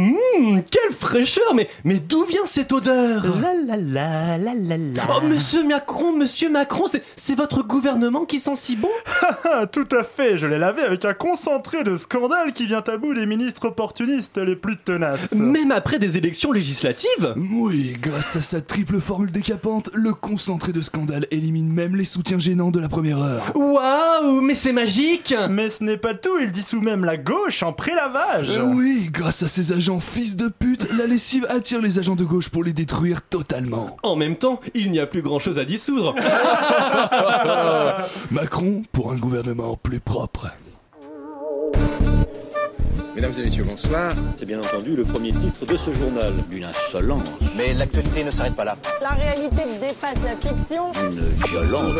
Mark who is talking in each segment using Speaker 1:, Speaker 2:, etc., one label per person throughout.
Speaker 1: Mmh, quelle fraîcheur Mais, mais d'où vient cette odeur
Speaker 2: La la la la la la.
Speaker 1: Oh, monsieur Macron, monsieur Macron, c'est- c'est votre gouvernement qui sent si bon
Speaker 3: Ah, tout à fait, je l'ai lavé avec un concentré de scandale qui vient à bout des ministres opportunistes les plus tenaces.
Speaker 1: Même après des élections législatives
Speaker 4: Oui, grâce à sa triple formule décapante, le concentré de scandale élimine même les soutiens gênants de la première heure.
Speaker 1: Waouh, mais c'est magique
Speaker 3: Mais ce n'est pas tout, il dissout même la gauche en prélavage.
Speaker 4: Euh, oui, grâce à ses agents fils de pute, la lessive attire les agents de gauche pour les détruire totalement.
Speaker 1: En même temps, il n'y a plus grand chose à dissoudre.
Speaker 4: Macron pour un gouvernement plus propre.
Speaker 5: Mesdames et messieurs, bonsoir.
Speaker 6: C'est bien entendu le premier titre de ce journal. Une insolence,
Speaker 7: Mais l'actualité ne s'arrête pas là.
Speaker 8: La réalité dépasse la fiction.
Speaker 6: une violence.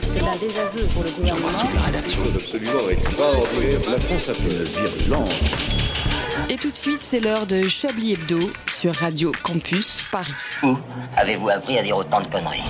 Speaker 8: C'est un désaveu pour le gouvernement.
Speaker 9: Et tout de suite, c'est l'heure de Chablis Hebdo sur Radio Campus Paris.
Speaker 7: Où avez-vous appris à dire autant de conneries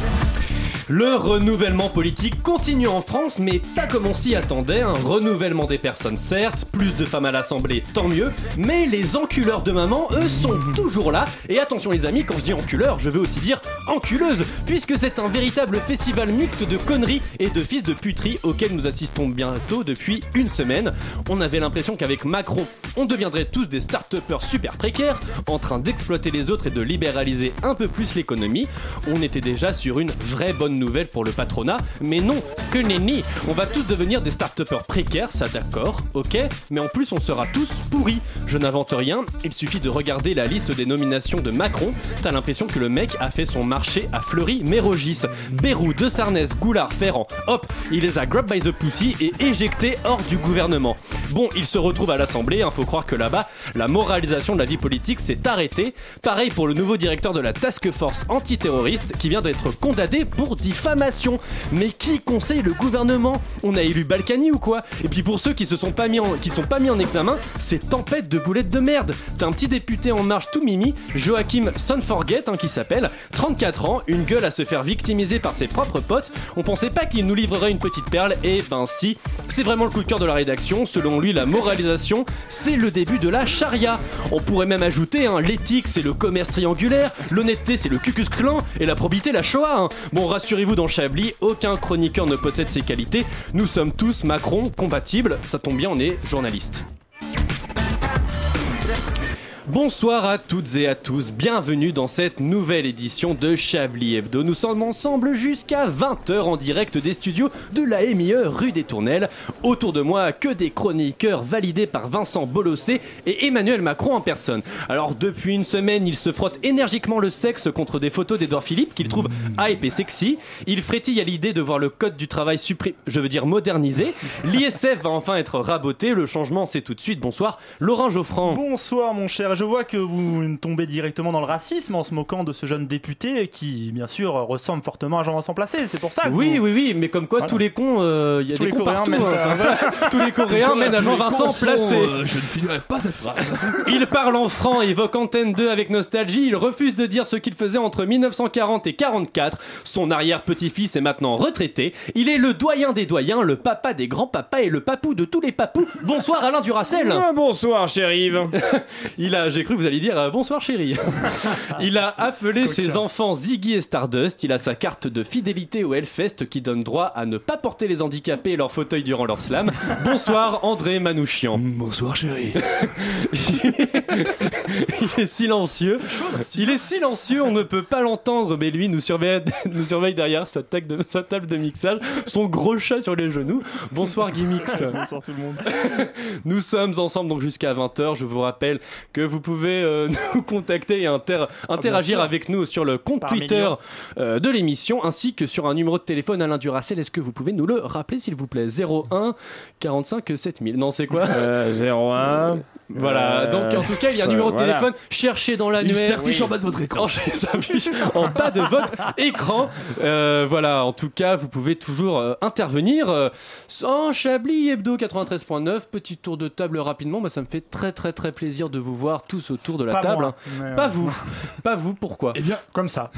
Speaker 1: Le renouvellement politique continue en France, mais pas comme on s'y attendait. Un renouvellement des personnes, certes, plus de femmes à l'Assemblée, tant mieux, mais les enculeurs de maman, eux, sont toujours là. Et attention les amis, quand je dis enculeurs, je veux aussi dire enculeuses, puisque c'est un véritable festival mixte de conneries et de fils de puterie auquel nous assistons bientôt depuis une semaine. On avait l'impression qu'avec Macron, on deviendrait tous des start-uppers super précaires, en train d'exploiter les autres et de libéraliser un peu plus l'économie. On était déjà sur une vraie bonne nouvelle pour le patronat, mais non, que nenni On va tous devenir des start-uppers précaires, ça d'accord, ok, mais en plus on sera tous pourris. Je n'invente rien, il suffit de regarder la liste des nominations de Macron, t'as l'impression que le mec a fait son marché à Fleury, Mérogis, Bérou, De Sarnez, Goulard, Ferrand, hop, il les a grab by the pussy et éjectés hors du gouvernement. Bon, il se retrouve à l'Assemblée, hein, faut croire que là-bas, la moralisation de la vie politique s'est arrêtée. Pareil pour le nouveau directeur de la Task Force antiterroriste qui vient d'être condamné pour diffamation. Mais qui conseille le gouvernement On a élu Balkany ou quoi Et puis pour ceux qui se sont pas mis en, qui sont pas mis en examen, c'est tempête de boulettes de merde. T'as un petit député en marche tout mimi, Joachim Sonforget hein, qui s'appelle, 34 ans, une gueule à se faire victimiser par ses propres potes. On pensait pas qu'il nous livrerait une petite perle et ben si, c'est vraiment le coup de cœur de la rédaction. Selon lui, la moralisation, c'est le début de la charia. On pourrait même ajouter hein, l'éthique, c'est le commerce triangulaire, l'honnêteté, c'est le cucus clan, et la probité, la Shoah. hein. Bon, rassurez-vous, dans Chablis, aucun chroniqueur ne possède ces qualités. Nous sommes tous Macron compatibles. Ça tombe bien, on est journaliste. Bonsoir à toutes et à tous, bienvenue dans cette nouvelle édition de Chablis Hebdo. Nous sommes ensemble jusqu'à 20h en direct des studios de la MIE rue des Tournelles. Autour de moi, que des chroniqueurs validés par Vincent Bolossé et Emmanuel Macron en personne. Alors depuis une semaine, il se frotte énergiquement le sexe contre des photos d'Edouard Philippe qu'il trouve hype et sexy. Il frétille à l'idée de voir le code du travail supprimé, je veux dire modernisé. L'ISF va enfin être raboté, le changement c'est tout de suite. Bonsoir, Laurent Geoffran.
Speaker 3: Bonsoir mon cher, je vois que vous tombez directement dans le racisme en se moquant de ce jeune député qui, bien sûr, ressemble fortement à Jean-Vincent Placé, c'est pour ça que
Speaker 1: Oui,
Speaker 3: vous-
Speaker 1: oui, oui, mais comme quoi
Speaker 3: Voilà.
Speaker 1: tous les cons, euh, il y a
Speaker 3: Tous
Speaker 1: des
Speaker 3: les
Speaker 1: cons
Speaker 3: Coréens
Speaker 1: partout.
Speaker 3: mènent
Speaker 1: hein.
Speaker 3: à-
Speaker 1: Voilà. tous les Coréens mènent à
Speaker 4: Tous les
Speaker 1: Jean-Vincent
Speaker 4: cons sont,
Speaker 1: placé.
Speaker 4: euh, je ne finirai pas cette phrase.
Speaker 1: Il parle en franc, évoque Antenne 2 avec nostalgie, il refuse de dire ce qu'il faisait entre 1940 et 44. Son arrière-petit-fils est maintenant retraité. Il est le doyen des doyens, le papa des grands-papas et le papou de tous les papous. Bonsoir Alain Duracel
Speaker 10: Ah, bonsoir, cher Yves.
Speaker 1: Il a, j'ai cru que vous alliez dire euh, bonsoir chérie. Il a appelé ses enfants Ziggy et Stardust. Il a sa carte de fidélité au Hellfest qui donne droit à ne pas porter les handicapés et leur fauteuil durant leur slam. Bonsoir André Manouchian.
Speaker 4: Bonsoir chérie.
Speaker 1: Il est silencieux. Il est silencieux, on ne peut pas l'entendre, mais lui nous surveille, nous surveille derrière sa, tac de- sa table de mixage, son gros chat sur les genoux. Bonsoir Gimmix.
Speaker 3: Bonsoir tout le monde.
Speaker 1: Nous sommes ensemble donc jusqu'à 20h. Je vous rappelle que vous pouvez euh, nous contacter et inter- interagir
Speaker 3: Ah, sûr.
Speaker 1: avec nous sur le compte
Speaker 3: Par
Speaker 1: Twitter
Speaker 3: million.
Speaker 1: euh, de l'émission ainsi que sur un numéro de téléphone Alain Duracel. Est-ce que vous pouvez nous le rappeler s'il vous plaît 01 45 7000. Non, c'est quoi
Speaker 10: Euh, 01.
Speaker 1: Voilà.
Speaker 10: Euh,
Speaker 1: donc en tout cas, il y a un
Speaker 10: ça,
Speaker 1: numéro de
Speaker 10: voilà.
Speaker 1: téléphone. Cherchez dans
Speaker 4: Il
Speaker 1: l'annuaire.
Speaker 4: s'affiche en bas de votre écran.
Speaker 1: En, ça affiche en bas de votre écran. Euh, voilà, en tout cas, vous pouvez toujours euh, intervenir euh, sans Chablis Hebdo 93.9. Petit tour de table rapidement. Moi, ça me fait très, très, très plaisir de vous voir tous autour de la
Speaker 3: Pas
Speaker 1: table.
Speaker 3: moi, Euh.
Speaker 1: hein. Eh
Speaker 3: mais, euh,
Speaker 1: Pas vous. Pas vous, pourquoi
Speaker 3: Eh bien, comme ça.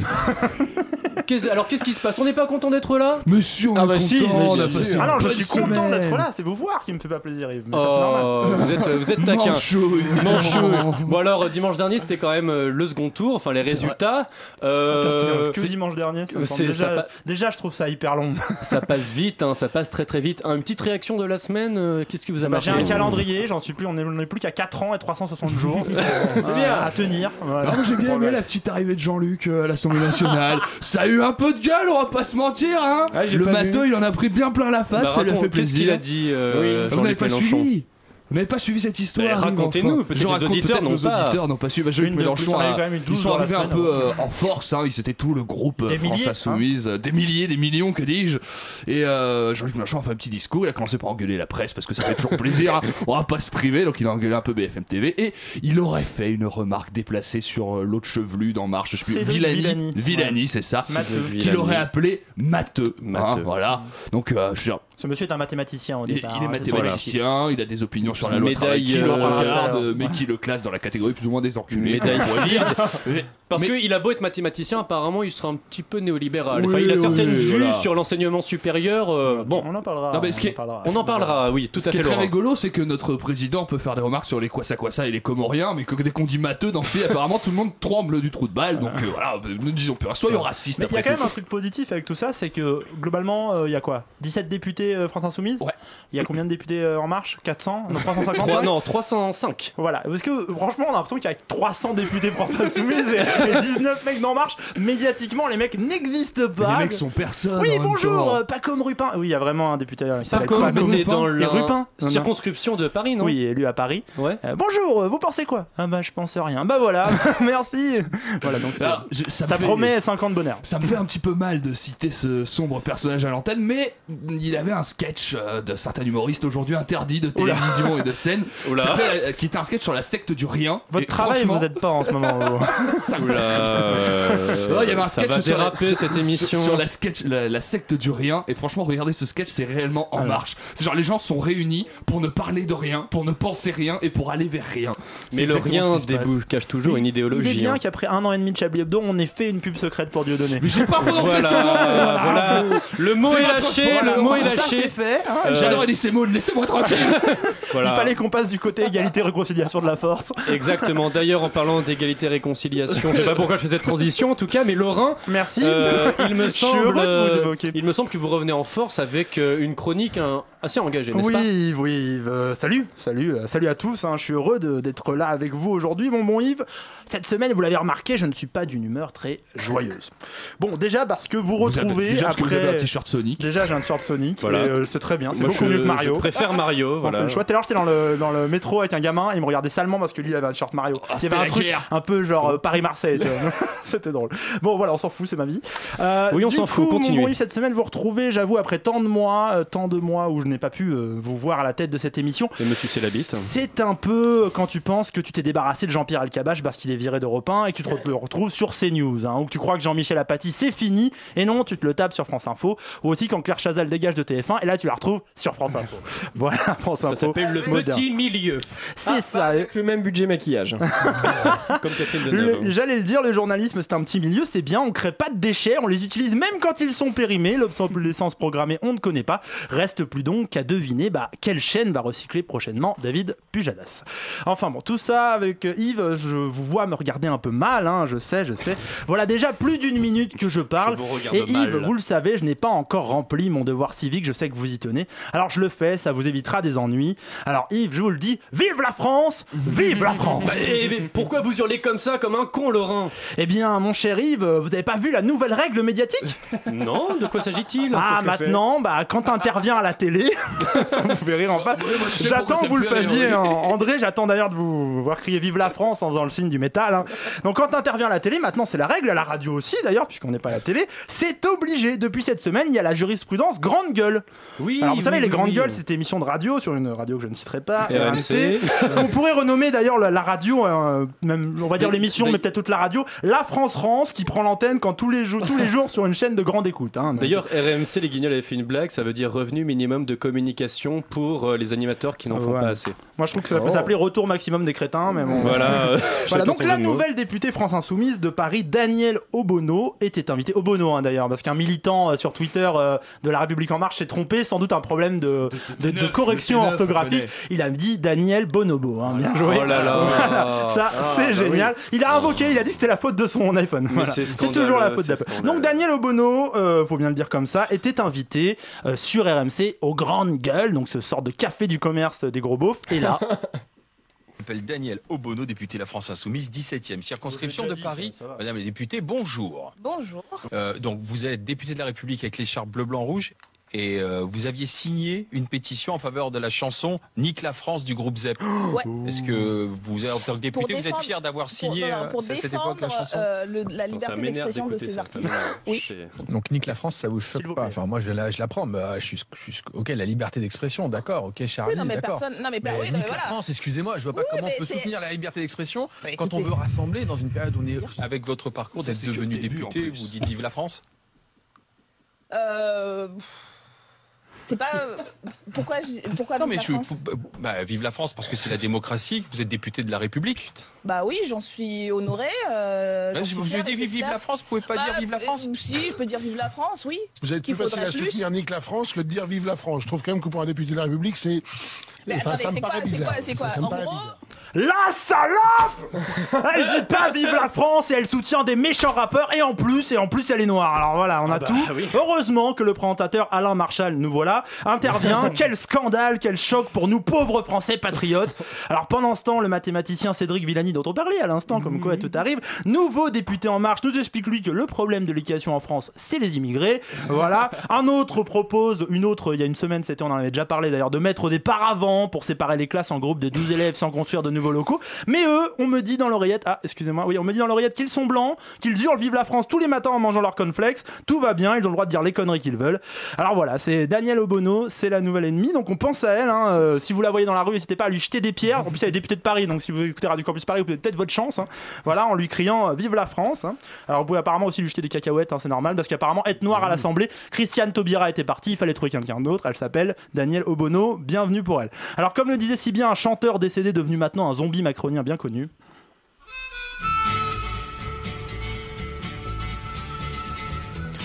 Speaker 1: Qu'est-ce- alors qu'est-ce qui se passe On n'est pas content d'être là
Speaker 4: Mais si, on
Speaker 10: Ah
Speaker 4: est
Speaker 10: bah
Speaker 4: content,
Speaker 10: si, si,
Speaker 4: on a
Speaker 10: si,
Speaker 4: passé
Speaker 10: si.
Speaker 4: une
Speaker 3: Ah non, je
Speaker 4: bonne
Speaker 3: suis content
Speaker 4: semaine.
Speaker 3: d'être là, c'est vous voir qui me fait pas plaisir, Yves. Mais ça, c'est normal.
Speaker 1: Oh, vous êtes, vous êtes taquin.
Speaker 4: Manchot, il est
Speaker 1: Manchot.
Speaker 4: mort.
Speaker 1: Bon alors euh, dimanche dernier c'était quand même euh, le second tour, enfin les résultats.
Speaker 3: Putain, c'était
Speaker 1: Euh,
Speaker 3: que dimanche dernier. ça me
Speaker 1: c'est-
Speaker 3: semble
Speaker 1: ça
Speaker 3: déjà,
Speaker 1: pa-
Speaker 3: déjà, je trouve ça hyper long.
Speaker 1: ça passe vite, hein, ça passe très très vite. Ah, une petite réaction de la semaine, euh, qu'est-ce qui vous a
Speaker 3: Bah,
Speaker 1: marqué
Speaker 3: J'ai un calendrier, j'en suis plus, on est- on est plus qu'à 4 ans et 360 jours à, à tenir. voilà.
Speaker 4: Ah, moi, j'ai bien aimé
Speaker 3: Progress.
Speaker 4: la petite arrivée de Jean-Luc euh, à l'assemblée nationale. Ça a eu un peu de gueule, on va pas se mentir, hein.
Speaker 10: Ah, j'ai
Speaker 4: le
Speaker 10: pas
Speaker 4: matin,
Speaker 10: vu.
Speaker 4: il en a pris bien plein la face,
Speaker 1: Bah,
Speaker 4: ça lui a
Speaker 1: raconte,
Speaker 4: fait
Speaker 1: Qu'est-ce qu'il
Speaker 4: plaisir.
Speaker 1: a dit euh,
Speaker 4: Vous n'avez
Speaker 1: Jean-Luc
Speaker 4: pas
Speaker 1: Mélenchon
Speaker 4: suivi. Vous n'avez pas suivi cette histoire.
Speaker 1: Bah,
Speaker 4: Yves,
Speaker 1: racontez-nous,
Speaker 4: enfin.
Speaker 1: peut-être
Speaker 4: Je
Speaker 1: les
Speaker 4: raconte,
Speaker 1: auditeurs
Speaker 4: peut-être
Speaker 1: n'ont
Speaker 4: nos
Speaker 1: pas.
Speaker 4: auditeurs n'ont pas suivi. Bah,
Speaker 3: Une
Speaker 4: Jean-Luc
Speaker 3: de plus,
Speaker 4: Mélenchon
Speaker 3: j'en avais
Speaker 4: a-
Speaker 3: quand même eu 12
Speaker 4: Ils sont
Speaker 3: dans la
Speaker 4: arrivés un
Speaker 3: semaine,
Speaker 4: peu
Speaker 3: hein.
Speaker 4: euh, en force, hein, ils c'était tout le groupe euh,
Speaker 3: Des
Speaker 4: France
Speaker 3: milliers, hein.
Speaker 4: Insoumise, euh, des milliers, des millions que dis-je. Et euh, Jean-Luc Mélenchon a fait un petit discours, il a commencé par engueuler la presse parce que ça fait toujours plaisir, hein. on va pas se priver, donc il a engueulé un peu BFM TV et il aurait fait une remarque déplacée sur euh, l'autre chevelu d'En Marche, je sais plus,
Speaker 3: C'est de
Speaker 4: Villani,
Speaker 3: Villani.
Speaker 4: Villani, c'est ça,
Speaker 3: Matteux.
Speaker 4: qu'il aurait appelé Matteux. hein,
Speaker 1: Matteux.
Speaker 4: voilà,
Speaker 3: Mm.
Speaker 4: donc euh, je veux dire,
Speaker 3: Ce monsieur est un mathématicien au
Speaker 4: il,
Speaker 3: départ.
Speaker 4: il est
Speaker 3: hein, c'est
Speaker 4: mathématicien, il a des opinions sur la loi
Speaker 1: Médaille,
Speaker 4: travail qui le
Speaker 1: euh,
Speaker 4: regarde,
Speaker 3: euh,
Speaker 4: mais qui le classe dans la catégorie plus ou moins des
Speaker 1: Une
Speaker 4: enculés.
Speaker 1: médaille Fields.
Speaker 4: Mais-
Speaker 1: Parce
Speaker 4: mais-
Speaker 1: qu'il a beau être mathématicien, apparemment il sera un petit peu néolibéral. enfin,
Speaker 4: Oui,
Speaker 1: il a
Speaker 4: oui,
Speaker 1: certaines
Speaker 4: oui,
Speaker 1: vues
Speaker 4: voilà.
Speaker 1: sur l'enseignement supérieur. euh,
Speaker 3: Bon,
Speaker 1: bon,
Speaker 3: on en parlera.
Speaker 4: Non, mais ce qui est-
Speaker 1: on en parlera, oui, tout
Speaker 4: Ce
Speaker 1: à
Speaker 4: qui
Speaker 1: fait
Speaker 4: est très
Speaker 1: Laurent.
Speaker 4: rigolo, c'est que notre président peut faire des remarques sur les Kwasa Kwasa et les Comoriens, mais que dès qu'on dit matheux dans le pays, apparemment tout le monde tremble du trou de balle. Donc euh, voilà, euh, ne disons plus. rien. Soyons racistes
Speaker 3: Mais il y
Speaker 4: après
Speaker 3: a quand
Speaker 4: tout.
Speaker 3: même un truc positif avec tout ça, c'est que globalement, euh, il y a quoi 17 députés euh, France Insoumise
Speaker 4: Ouais.
Speaker 3: Il y a combien de députés euh, En Marche 400 Non, 350
Speaker 1: Trois-
Speaker 3: ouais.
Speaker 1: non, 305.
Speaker 3: Voilà, parce que euh, franchement, on a l'impression qu'il y a 300 députés France Insoumise et, et 19 mecs d'En Marche. Médiatiquement, les mecs n'existent
Speaker 4: Mais
Speaker 3: pas.
Speaker 4: les mecs sont personne.
Speaker 3: Oui,
Speaker 4: en même
Speaker 3: bonjour,
Speaker 4: temps.
Speaker 3: euh, pas comme Rupin. Oui, il y a vraiment un député euh, qui
Speaker 1: Par
Speaker 3: s'appelle
Speaker 1: contre, mais
Speaker 3: Pacôme.
Speaker 1: c'est dans
Speaker 3: Et
Speaker 1: la
Speaker 3: Rupin Non, non.
Speaker 1: circonscription de Paris, non
Speaker 3: Oui, élu à Paris.
Speaker 1: Ouais.
Speaker 3: Euh, bonjour, euh, vous pensez quoi Ah bah je pense rien. Bah voilà, merci. Voilà donc c'est-
Speaker 1: Ah,
Speaker 4: Alors, Ah, je- ça,
Speaker 3: ça
Speaker 4: me fait-
Speaker 3: promet 50 bonheurs.
Speaker 4: Ça me fait un petit peu mal de citer ce sombre personnage à l'antenne, mais il avait un sketch euh, de certains humoristes aujourd'hui interdit de télévision et de scène, qui,
Speaker 1: Oula.
Speaker 4: s'appelait, euh, qui était un sketch sur la secte du rien.
Speaker 3: Votre
Speaker 4: Et
Speaker 3: travail,
Speaker 4: franchement,
Speaker 3: vous êtes pas en ce moment. vous.
Speaker 4: Ouais, il y avait un
Speaker 1: Euh, ça
Speaker 4: sketch
Speaker 1: va
Speaker 4: sur, la,
Speaker 1: déraper,
Speaker 4: sur-
Speaker 1: cette
Speaker 4: sur-
Speaker 1: émission.
Speaker 4: sur la, sketch, la, la secte du rien. Et franchement, regardez ce sketch, c'est réellement
Speaker 3: Ah
Speaker 4: en marche. C'est genre les gens sont réunis pour ne parler de rien, pour ne penser rien et pour aller vers rien. C'est
Speaker 1: Mais le
Speaker 4: exactement
Speaker 1: rien
Speaker 4: ce qui se passe.
Speaker 1: débouche, cache toujours
Speaker 3: Il-
Speaker 1: une idéologie.
Speaker 3: Il est bien
Speaker 1: hein.
Speaker 3: qu'après un an et demi de Chablis Hebdo, on ait fait une pub secrète pour Dieudonné.
Speaker 4: Mais j'ai pas prononcé
Speaker 1: Voilà, euh,
Speaker 4: son nom
Speaker 1: voilà, Le mot
Speaker 4: C'est
Speaker 1: est
Speaker 4: votre
Speaker 1: lâché,
Speaker 4: faute,
Speaker 1: le
Speaker 4: alors.
Speaker 1: mot est
Speaker 3: Ça c'est
Speaker 1: lâché.
Speaker 3: fait. hein.
Speaker 1: Euh,
Speaker 4: J'adorais laisser mots, laissez-moi tranquille
Speaker 1: voilà.
Speaker 3: Il fallait qu'on passe du côté égalité réconciliation de la force.
Speaker 1: Exactement. D'ailleurs, en parlant d'égalité réconciliation, je sais pas pourquoi je fais cette transition. En tout cas, mais Laurent,
Speaker 3: Merci.
Speaker 1: euh, il me
Speaker 3: Je suis heureux
Speaker 1: semble,
Speaker 3: de vous
Speaker 1: euh,
Speaker 3: évoquer.
Speaker 1: il me semble que vous revenez en force avec euh, une chronique hein, assez engagée, n'est-ce pas
Speaker 3: oui, Yves, oui, Yves. Euh, salut, salut, euh, salut à tous. hein. Je suis heureux de- d'être là avec vous aujourd'hui, mon bon Yves. Cette semaine, vous l'avez remarqué, je ne suis pas d'une humeur très joyeuse. Bon, déjà parce que vous
Speaker 4: Vous avez-
Speaker 3: retrouvez
Speaker 4: déjà, parce que vous avez un
Speaker 3: après.
Speaker 4: t-shirt Sonic.
Speaker 3: Déjà, j'ai un t-shirt Sonic.
Speaker 1: Voilà.
Speaker 3: et, euh, c'est très bien. C'est
Speaker 1: Moi,
Speaker 3: beaucoup
Speaker 1: je-
Speaker 3: mieux que Mario.
Speaker 1: Je préfère Mario.
Speaker 3: Enfin,
Speaker 1: Voilà.
Speaker 3: le choix. Tout à l'heure, j'étais dans le, dans le métro avec un gamin, il me regardait salement parce que lui, il avait un short
Speaker 1: Ah,
Speaker 3: Mario. il y
Speaker 4: c'était
Speaker 3: avait un
Speaker 4: la
Speaker 3: truc
Speaker 4: guerre.
Speaker 3: un peu genre euh, Paris-Marseille. tu vois. C'était drôle. Bon, voilà, on s'en fout, c'est ma vie. Euh,
Speaker 1: Oui, on
Speaker 3: du
Speaker 1: s'en fout,
Speaker 3: coup, mon
Speaker 1: continuez.
Speaker 3: bon Yves, cette semaine, vous retrouvez, j'avoue, après tant de mois, euh, tant de mois où je n'ai pas pu euh, vous voir à la tête de cette émission.
Speaker 1: Et me sucer la bite.
Speaker 3: C'est un peu quand tu penses que tu t'es débarrassé de Jean-Pierre Elkabbach parce qu'il est viré d'Europe 1 et que tu te re- le retrouves sur CNews. Hein, ou que tu crois que Jean-Michel Apathy, c'est fini. Et non, tu te le tapes sur France Info. Ou aussi quand Claire Chazal dégage de TF1 et là, tu la retrouves sur France Info. voilà, France
Speaker 1: Ça
Speaker 3: Info.
Speaker 1: s'appelle le
Speaker 3: moderne.
Speaker 1: petit milieu.
Speaker 3: C'est ça.
Speaker 10: Ah, Avec le même budget maquillage.
Speaker 1: Comme Catherine
Speaker 3: Le-
Speaker 1: Deneuve.
Speaker 3: J'allais le dire, le journalisme c'est un petit milieu, c'est bien, on crée pas de déchets, on les utilise même quand ils sont périmés, l'obsolescence programmée on ne connaît pas. Reste plus donc qu'à deviner bah, quelle chaîne va recycler prochainement David Pujadas. Enfin bon, tout ça avec euh, Yves, je vous vois me regarder un peu mal, hein, je sais, je sais. Voilà déjà plus d'une minute que je parle.
Speaker 1: Je vous regarde
Speaker 3: Et Yves,
Speaker 1: mal.
Speaker 3: vous le savez, je n'ai pas encore rempli mon devoir civique, je sais que vous y tenez. Alors je le fais, ça vous évitera des ennuis. Alors Yves, je vous le dis, vive la France Vive la
Speaker 1: Bah,
Speaker 3: France
Speaker 1: eh, mais pourquoi vous hurlez comme ça, comme un con, Laurent
Speaker 3: eh bien, mon cher Yves, euh, vous n'avez pas vu la nouvelle règle médiatique
Speaker 1: Non, de quoi s'agit-il
Speaker 3: Ah,
Speaker 1: Qu'est-ce que c'est
Speaker 3: maintenant, bah, quand t'interviens à la télé, ça vous fait rire en fait.
Speaker 4: sais pourquoi
Speaker 3: J'attends
Speaker 4: ça
Speaker 3: que vous
Speaker 4: me
Speaker 3: le
Speaker 4: fait rire,
Speaker 3: fassiez,
Speaker 4: oui.
Speaker 3: hein. André, j'attends d'ailleurs de vous voir crier Vive la France en faisant le signe du métal. hein. Donc, quand t'interviens à la télé, maintenant c'est la règle, à la radio aussi d'ailleurs, puisqu'on n'est pas à la télé, c'est obligé. Depuis cette semaine, il y a la jurisprudence Grande Gueule.
Speaker 1: Oui,
Speaker 3: Alors vous savez,
Speaker 1: oui,
Speaker 3: les
Speaker 1: oui,
Speaker 3: grandes
Speaker 1: oui.
Speaker 3: gueules, c'était émission de radio sur une radio que je ne citerai pas,
Speaker 1: RMC.
Speaker 3: RMC. Euh, On pourrait renommer d'ailleurs la, la radio, euh, même, on va dire l'émission, mais peut-être toute la radio, la France France qui prend l'antenne quand tous les, jours, tous les jours sur une chaîne de grande écoute. hein. Donc,
Speaker 1: D'ailleurs, RMC, les guignols avaient fait une blague, ça veut dire revenu minimum de communication pour euh, les animateurs qui n'en font
Speaker 3: Ouais.
Speaker 1: pas assez.
Speaker 3: Moi je trouve que ça peut s'appeler retour maximum des crétins, mais bon.
Speaker 1: Oh. Voilà. euh, chacun
Speaker 3: Voilà, donc
Speaker 1: son
Speaker 3: la
Speaker 1: jeu de mots.
Speaker 3: nouvelle députée France Insoumise de Paris, Danielle Obono, était invitée. Obono, hein, d'ailleurs, parce qu'un militant euh, sur Twitter euh, de La République En Marche s'est trompé, sans doute un problème de, de- de correction orthographique. Il a dit Daniel Bonobo. hein, bien joué.
Speaker 1: Oh là là. Oh,
Speaker 3: Voilà, ça,
Speaker 1: ah, bah
Speaker 3: c'est génial. Il a invoqué, il a dit que c'était la faute de son iPhone. Voilà.
Speaker 1: c'est
Speaker 3: C'est
Speaker 1: scandaleux,
Speaker 3: toujours la faute
Speaker 1: c'est
Speaker 3: d'Apple.
Speaker 1: scandaleux.
Speaker 3: Donc, Daniel Obono, euh, faut bien le dire comme ça, était invité euh, sur RMC aux Grandes Gueules, donc ce sort de café du commerce des gros beaufs. Et là,
Speaker 11: Je m'appelle Daniel Obono, député de la France Insoumise, 17e circonscription de Paris. Madame la députée, bonjour.
Speaker 12: Bonjour.
Speaker 11: Euh, donc vous êtes députée de la République avec l'écharpe bleu, blanc, rouge et euh, vous aviez signé une pétition en faveur de la chanson Nique la France du groupe ZEP.
Speaker 12: Ouais.
Speaker 11: Est-ce que vous, en tant que
Speaker 12: Pour
Speaker 11: député, vous êtes
Speaker 12: défendre-
Speaker 11: fier d'avoir
Speaker 12: pour-
Speaker 11: signé
Speaker 12: non, non,
Speaker 11: euh,
Speaker 12: pour
Speaker 11: à cette
Speaker 12: défendre,
Speaker 11: époque la chanson
Speaker 12: euh, le-
Speaker 1: Putain, ça
Speaker 12: la liberté
Speaker 1: m'énerve
Speaker 12: d'expression de
Speaker 1: d'écouter
Speaker 12: ces
Speaker 1: ça. ça
Speaker 12: artistes.
Speaker 1: m'énerve.
Speaker 12: Oui.
Speaker 1: C'est-
Speaker 13: Donc nique la France, ça vous choque pas. Enfin moi je la, je la prends, mais euh, je suis, je suis- ok la liberté d'expression, d'accord, ok
Speaker 11: Ah,
Speaker 13: Charlie,
Speaker 12: Oui, non, mais
Speaker 13: d'accord.
Speaker 12: personne. Non, mais, bah, oui,
Speaker 13: nique
Speaker 12: non, mais
Speaker 13: la
Speaker 12: voilà.
Speaker 13: France, excusez-moi, je vois pas
Speaker 12: Oui,
Speaker 13: comment
Speaker 12: mais
Speaker 13: on peut
Speaker 12: c'est-
Speaker 13: soutenir la liberté d'expression
Speaker 12: Bah,
Speaker 13: quand on
Speaker 12: écoutez.
Speaker 13: veut rassembler dans une période où on est.
Speaker 11: Avec votre parcours, vous
Speaker 13: Ça,
Speaker 11: êtes
Speaker 13: c'est que le
Speaker 11: devenu
Speaker 13: début, en
Speaker 11: député,
Speaker 13: plus.
Speaker 11: vous dites Vive la France
Speaker 12: Euh, pff, C'est pas. euh, Pourquoi. j'ai- Pourquoi
Speaker 11: Non
Speaker 12: donc
Speaker 11: mais
Speaker 12: Ah, la
Speaker 11: je,
Speaker 12: France
Speaker 11: bah, Vive la France parce que c'est la démocratie, vous êtes député de la République.
Speaker 12: Bah oui, j'en suis honorée. Euh,
Speaker 11: Bah,
Speaker 12: j'en
Speaker 11: je-
Speaker 12: suis
Speaker 11: vous
Speaker 12: fière,
Speaker 11: avez dit
Speaker 12: etc.
Speaker 11: vive la France, vous pouvez pas
Speaker 12: Bah,
Speaker 11: dire vive la France
Speaker 12: euh, Si, je peux dire vive la France, oui.
Speaker 14: Vous êtes plus
Speaker 12: Qu'il
Speaker 14: facile
Speaker 12: faudrait
Speaker 14: à
Speaker 12: plus.
Speaker 14: soutenir Nick la France que de dire vive la France. Je trouve quand même que pour un député de la République, c'est.
Speaker 12: Mais
Speaker 14: Enfin,
Speaker 12: attendez,
Speaker 14: ça me
Speaker 12: c'est quoi-
Speaker 14: paraît
Speaker 12: c'est
Speaker 14: bizarre.
Speaker 12: quoi- c'est
Speaker 14: Ça-
Speaker 12: quoi
Speaker 14: ça me
Speaker 12: En
Speaker 14: paraît
Speaker 12: gros,
Speaker 14: bizarre.
Speaker 3: La salope Elle dit pas vive la France et elle soutient des méchants rappeurs et en plus et en plus elle est noire. Alors voilà, on a tout. Heureusement que le présentateur Alain Marshall, nous voilà, intervient. quel scandale, quel choc pour nous pauvres Français patriotes. Alors pendant ce temps, le mathématicien Cédric Villani dont on parlait à l'instant, comme quoi tout arrive, nouveau député en marche, nous explique lui que le problème de l'éducation en France, c'est les immigrés. Voilà. Un autre propose, une autre, il y a une semaine, c'était, on en avait déjà parlé d'ailleurs, de mettre des paravents pour séparer les classes en groupes de 12 élèves sans construire de nouveaux locaux. Mais eux, on me dit dans l'oreillette, ah, excusez-moi, oui, on me dit dans l'oreillette qu'ils sont blancs, qu'ils hurlent vive la France tous les matins en mangeant leur cornflakes. Tout va bien, ils ont le droit de dire les conneries qu'ils veulent. Alors voilà, c'est Daniel Obono, c'est la nouvelle ennemie, donc on pense à elle. hein. Euh, si vous la voyez dans la rue, n'hésitez pas à lui jeter des pierres. En plus, elle est députée de Paris, donc si vous écoutez Radio Campus Paris, vous avez peut-être votre chance. hein. Voilà, en lui criant euh, vive la France. hein. Alors vous pouvez apparemment aussi lui jeter des cacahuètes, hein, c'est normal, parce qu'apparemment, être noir à l'Assemblée, Christiane Taubira était partie, il fallait trouver quelqu'un d'autre. Elle s'appelle Daniel Obono, bienvenue pour elle. Alors comme le disait si bien un chanteur décédé devenu maintenant un zombie macronien bien connu,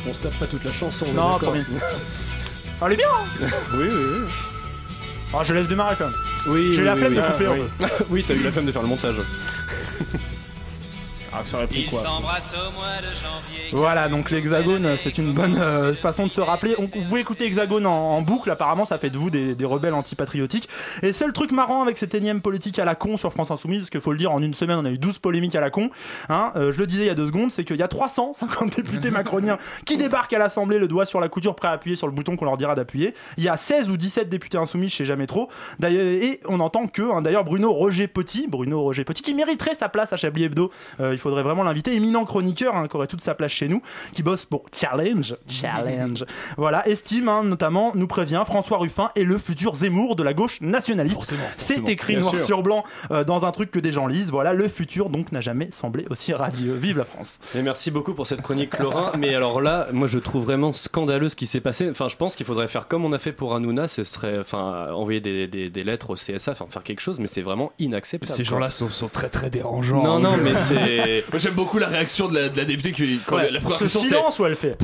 Speaker 1: On se tape pas toute la chanson. on est
Speaker 3: Non,
Speaker 1: d'accord.
Speaker 3: promis. Ah, elle est bien hein
Speaker 1: Oui, oui, oui.
Speaker 3: Ah, Je laisse démarrer quand même.
Speaker 1: Oui,
Speaker 3: J'ai la flemme
Speaker 1: oui,
Speaker 3: de
Speaker 1: oui.
Speaker 3: couper,
Speaker 1: Ah,
Speaker 3: on
Speaker 1: oui. oui, t'as eu la flemme de faire le montage.
Speaker 10: Ah, ça aurait pris
Speaker 15: Ils
Speaker 10: quoi
Speaker 15: s'embrassent au mois de janvier.
Speaker 3: Voilà, donc l'Hexagone, euh, c'est une bonne euh, façon de se rappeler. On, vous pouvez écouter Hexagone en, en boucle, apparemment, ça fait de vous des, des rebelles antipatriotiques. Et c'est le truc marrant avec cette énième politique à la con sur France Insoumise, parce qu'il faut le dire, en une semaine, on a eu 12 polémiques à la con. Hein, euh, je le disais il y a deux secondes, c'est qu'il y a 350 députés macroniens qui débarquent à l'Assemblée, le doigt sur la couture, prêt à appuyer sur le bouton qu'on leur dira d'appuyer. Il y a 16 ou 17 députés insoumis, je sais jamais trop. D'ailleurs, et on entend que, hein, d'ailleurs, Bruno Roger Petit, Bruno Roger Petit, qui mériterait sa place à Chablis Hebdo, euh, il faudrait vraiment l'inviter, éminent chroniqueur, hein, qui aurait toute sa place chez nous, qui bosse pour Challenge, Challenge. Voilà, estime, hein, notamment, nous prévient François Ruffin est le futur Zemmour de la gauche nationaliste. C'est écrit
Speaker 1: bien
Speaker 3: noir
Speaker 1: sûr.
Speaker 3: sur blanc euh, dans un truc que des gens lisent. Voilà, le futur donc n'a jamais semblé aussi radieux. Vive la France.
Speaker 1: Mais merci beaucoup pour cette chronique, Laurent. Mais alors là, moi, je trouve vraiment scandaleux ce qui s'est passé. Enfin, je pense qu'il faudrait faire comme on a fait pour Hanouna, ce serait, enfin, envoyer des, des- des lettres au CSA, enfin, faire quelque chose. Mais c'est vraiment inacceptable.
Speaker 12: euh,
Speaker 4: Ces
Speaker 1: quoi.
Speaker 4: gens-là sont, sont très très dérangeants.
Speaker 1: Non, non,
Speaker 4: Je-
Speaker 1: mais c'est-
Speaker 4: Moi j'aime beaucoup la réaction de la, de la députée qui. Quand
Speaker 3: Ouais,
Speaker 4: la, la première
Speaker 3: ce
Speaker 4: question c'est-
Speaker 3: silence où elle fait.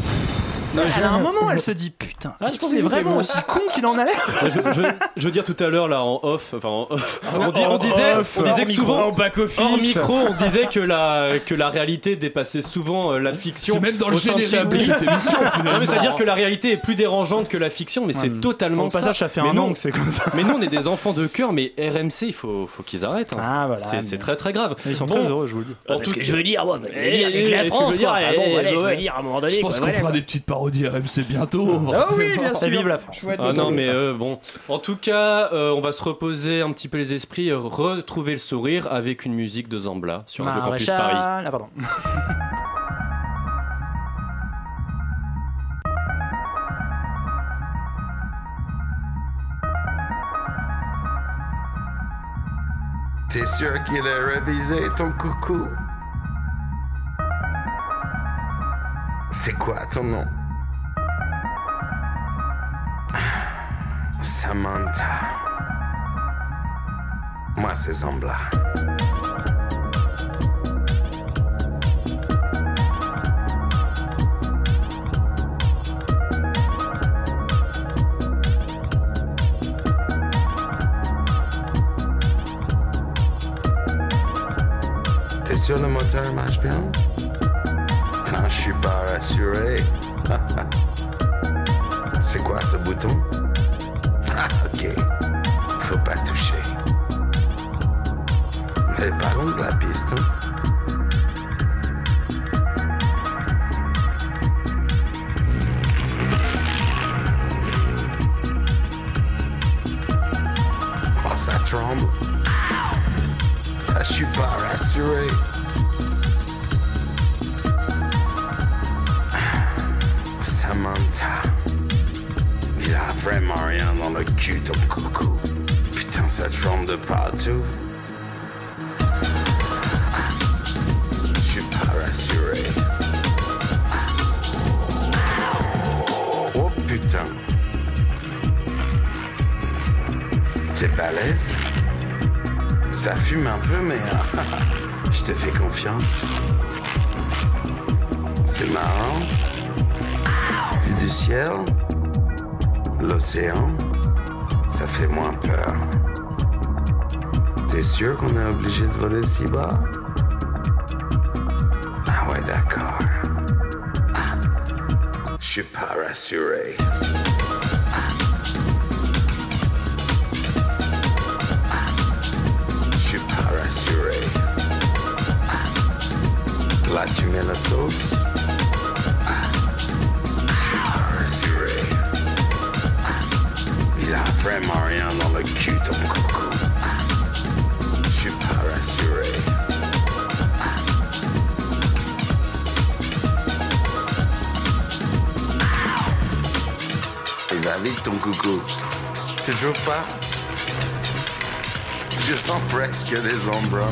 Speaker 4: Non, mais je-
Speaker 3: Elle, à un moment, elle se dit putain,
Speaker 4: Ah,
Speaker 3: est-ce
Speaker 4: je pense
Speaker 3: qu'il est
Speaker 4: que
Speaker 3: vraiment
Speaker 4: c'était
Speaker 3: aussi con qu'il en a l'air
Speaker 1: Mais Je, je, je veux dire tout à l'heure là en off, enfin en off,
Speaker 10: En-
Speaker 1: on, dit- on
Speaker 10: en
Speaker 1: disait,
Speaker 10: off,
Speaker 1: on disait
Speaker 10: hors
Speaker 1: que
Speaker 10: micro,
Speaker 1: souvent
Speaker 10: en back office.
Speaker 1: hors micro, on disait que la que la réalité dépassait souvent euh, la fiction.
Speaker 4: C'est même dans
Speaker 1: au
Speaker 4: le
Speaker 1: sein de
Speaker 4: générique
Speaker 1: Chablis.
Speaker 4: de cette émission, finalement.
Speaker 1: Non, mais c'est-à-dire que la réalité est plus dérangeante que la fiction, mais c'est
Speaker 3: Ouais,
Speaker 1: totalement
Speaker 3: ton passage,
Speaker 1: ça.
Speaker 3: Hmm. ça fait
Speaker 1: Mais
Speaker 3: un
Speaker 1: nous,
Speaker 3: an que c'est comme ça.
Speaker 1: Mais nous on est des enfants de cœur, mais RMC il faut faut qu'ils arrêtent. hein. c'est
Speaker 3: Ah, mais-
Speaker 1: c'est très très grave.
Speaker 3: Ils sont
Speaker 1: Bon,
Speaker 3: très heureux, je vous le dis.
Speaker 1: En
Speaker 3: Parce
Speaker 1: tout-
Speaker 3: que-
Speaker 15: Je veux dire, moi, je veux dire,
Speaker 1: Eh,
Speaker 15: avec
Speaker 1: eh,
Speaker 15: la
Speaker 1: ce que
Speaker 15: France,
Speaker 1: je veux dire,
Speaker 15: quoi. Ah bon,
Speaker 1: eh,
Speaker 15: voilà, je veux
Speaker 1: ouais.
Speaker 15: dire, à un moment donné,
Speaker 4: Je pense
Speaker 15: quoi,
Speaker 4: qu'on
Speaker 15: voilà, quoi.
Speaker 4: fera des petites parodies RMC bientôt. forcément.
Speaker 3: Et vive la France.
Speaker 1: Ah non mais euh, bon, en tout cas, euh, on va se reposer un petit peu les esprits, euh, retrouver le sourire avec une musique de Zambla sur Radio Campus
Speaker 3: Maréchal-
Speaker 1: Paris.
Speaker 3: Ah, pardon.
Speaker 16: T'es sûr qu'il a révisé ton coucou C'est quoi ton nom Samantha. Moi, c'est Zambla. T'es sûr le moteur marche bien Non, je suis pas rassuré. c'est quoi ce bouton Ah, ok. Faut pas toucher. Mais parlons de la piste. hein. Oh, ça tremble. Ah, Je suis pas rassuré. Ah, Samantha. Il a vraiment rien dans le cul, ton coucou. Putain, ça tremble de partout. Je suis pas rassuré. Oh putain. C'est balèze. Ça fume un peu, mais euh, je te fais confiance. C'est marrant. Vu du ciel, l'océan, ça fait moins peur. T'es sûr qu'on est obligé de voler si bas Ah ouais, d'accord. Ah, Je suis pas rassuré. Je suis pas rassuré. Ah. Là, tu mets la sauce. Ah. Pas rassuré. Ah. Il a vraiment rien dans le cul, ton Ah. coucou. Je suis pas rassuré. Il Ah. va vite, ton coucou. Tu trouves pas je sens presque des ombres.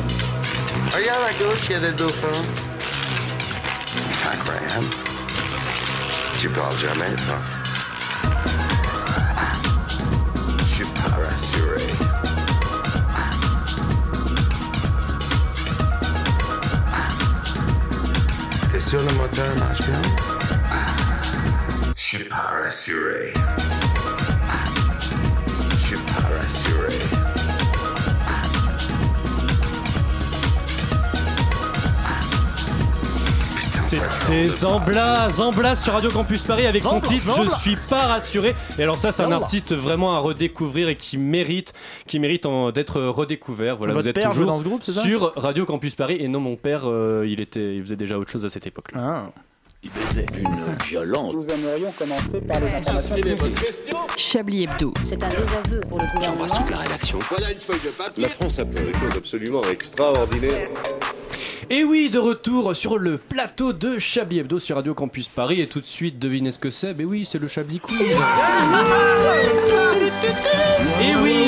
Speaker 16: Regarde à gauche, il y a des dauphins. C'est incroyable. Tu parles jamais, toi. Je suis pas rassuré. T'es sûr le moteur marche bien? Je suis pas rassuré. Je suis pas rassuré.
Speaker 1: C'était Zambla, Zambla sur Radio Campus Paris avec son
Speaker 3: Zambla,
Speaker 1: titre
Speaker 3: Zambla.
Speaker 1: Je suis pas rassuré. Et alors ça, c'est un
Speaker 3: Zambla.
Speaker 1: artiste vraiment à redécouvrir et qui mérite, qui mérite en- d'être redécouvert. Voilà,
Speaker 3: Votre
Speaker 1: vous êtes
Speaker 3: père
Speaker 1: toujours
Speaker 3: joue dans ce groupe, c'est ça
Speaker 1: sur Radio Campus Paris. Et non, mon père, euh, il était, il faisait déjà autre chose à cette époque.
Speaker 3: Ah.
Speaker 1: Il baisait une violente.
Speaker 17: Nous aimerions commencer par les informations
Speaker 9: Chablis Hebdo.
Speaker 8: C'est un désaveu pour le gouvernement.
Speaker 6: la rédaction. Voilà une feuille de papier.
Speaker 1: La France a peur.
Speaker 6: Quelque chose absolument extraordinaire.
Speaker 1: Et oui, de retour sur le plateau de Chablis Hebdo sur Radio Campus Paris. Et tout de suite, devinez ce que c'est. Mais oui, c'est le Chablis Quiz. Et oui,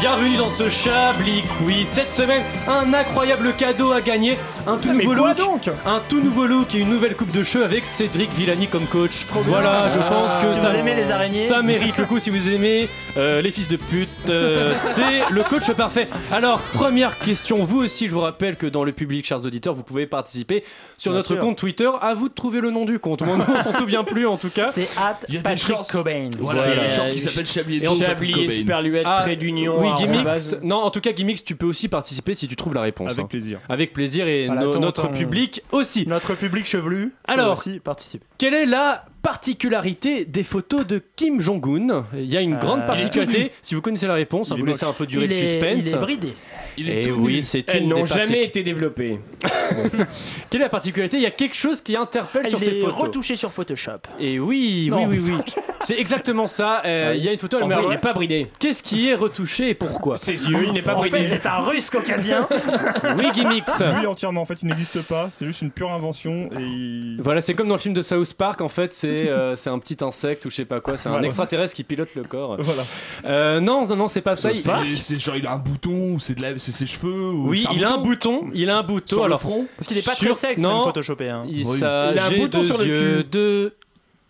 Speaker 1: bienvenue dans ce Chablis Quiz. Cette semaine, un incroyable cadeau à gagner. Un
Speaker 3: Ah,
Speaker 1: tout nouveau look. un tout nouveau look et une nouvelle coupe de cheveux avec Cédric Villani comme coach. voilà, je
Speaker 3: Ah.
Speaker 1: pense que
Speaker 3: Si
Speaker 1: ça,
Speaker 3: vous aimez les araignées.
Speaker 1: ça mérite le coup si vous aimez euh, les fils de pute. euh, c'est le coach parfait. Alors, première question, vous aussi, je vous rappelle que dans le public, chers auditeurs, vous pouvez participer sur
Speaker 3: Bien
Speaker 1: notre
Speaker 3: sûr.
Speaker 1: compte Twitter. À vous de trouver le nom du compte. Moi, on s'en souvient plus en tout cas.
Speaker 3: C'est at Patrick Cobain.
Speaker 1: Voilà, il y a des chances qu'il s'appelle
Speaker 4: Chablis
Speaker 1: Et on-
Speaker 10: Chablis, Esperluette,
Speaker 1: Ah,
Speaker 10: Trait d'Union. hein,
Speaker 1: Oui,
Speaker 10: arrobase.
Speaker 1: Gimmicks. Non, en tout cas, Gimmicks, tu peux aussi participer si tu trouves la réponse.
Speaker 10: Avec
Speaker 1: hein.
Speaker 10: plaisir.
Speaker 1: Avec plaisir et
Speaker 3: Voilà,
Speaker 1: no-
Speaker 3: ton-
Speaker 1: notre
Speaker 3: ton-
Speaker 1: public aussi.
Speaker 3: Notre public chevelu.
Speaker 1: Alors,
Speaker 3: aussi participe.
Speaker 1: Quelle est la particularité des photos de Kim Jong-un Il y a une
Speaker 3: Euh,
Speaker 1: grande
Speaker 3: il est tout nu.
Speaker 1: particularité. Si vous connaissez la réponse,
Speaker 10: Il
Speaker 1: hein,
Speaker 10: est
Speaker 1: vous laissez un peu durer
Speaker 3: Il
Speaker 1: le
Speaker 3: est-
Speaker 1: suspense.
Speaker 3: il est bridé. Il est
Speaker 4: Eh
Speaker 1: Et
Speaker 3: tout
Speaker 1: oui,
Speaker 3: nu.
Speaker 1: c'est une
Speaker 10: Elles
Speaker 1: des
Speaker 10: n'ont
Speaker 1: parti-
Speaker 10: jamais été développées.
Speaker 1: Quelle est la particularité Il y a quelque chose qui interpelle
Speaker 3: Il
Speaker 1: sur ces
Speaker 3: est
Speaker 1: photos.
Speaker 3: retouché sur Photoshop.
Speaker 1: Et oui,
Speaker 3: Non,
Speaker 1: oui, oui, oui. C'est exactement ça. euh, Il y a une photo, elle
Speaker 10: En
Speaker 1: meurt.
Speaker 10: vrai, il n'est pas bridé.
Speaker 1: Qu'est-ce qui est retouché et pourquoi
Speaker 10: Ses yeux, il n'est pas
Speaker 1: En
Speaker 10: bridé.
Speaker 1: fait, c'est un russe caucasien. Wikimix.
Speaker 18: Oui, entièrement. En fait, il n'existe pas. C'est juste une pure invention. Et il-
Speaker 1: Voilà, c'est comme dans le film de South Park, en fait, c'est euh, c'est un petit insecte ou je sais pas quoi, c'est un
Speaker 18: Voilà.
Speaker 1: extraterrestre qui pilote le corps.
Speaker 18: Voilà.
Speaker 1: Euh, non, non, non, c'est pas ça.
Speaker 4: C'est- c'est- c'est genre il a un bouton ou c'est de la- c'est ses cheveux ou
Speaker 1: Oui,
Speaker 4: c'est un
Speaker 1: il a un bouton, il a un bouton
Speaker 4: Sur le
Speaker 1: alors
Speaker 4: front
Speaker 3: Parce qu'il est pas très
Speaker 1: sur-
Speaker 3: sexe,
Speaker 1: non,
Speaker 3: même, photoshopé, hein.
Speaker 1: Il,
Speaker 3: Oui.
Speaker 1: ça-
Speaker 3: Il a un
Speaker 1: j'ai
Speaker 3: bouton
Speaker 1: deux
Speaker 3: sur le
Speaker 1: yeux,
Speaker 3: cul.
Speaker 1: deux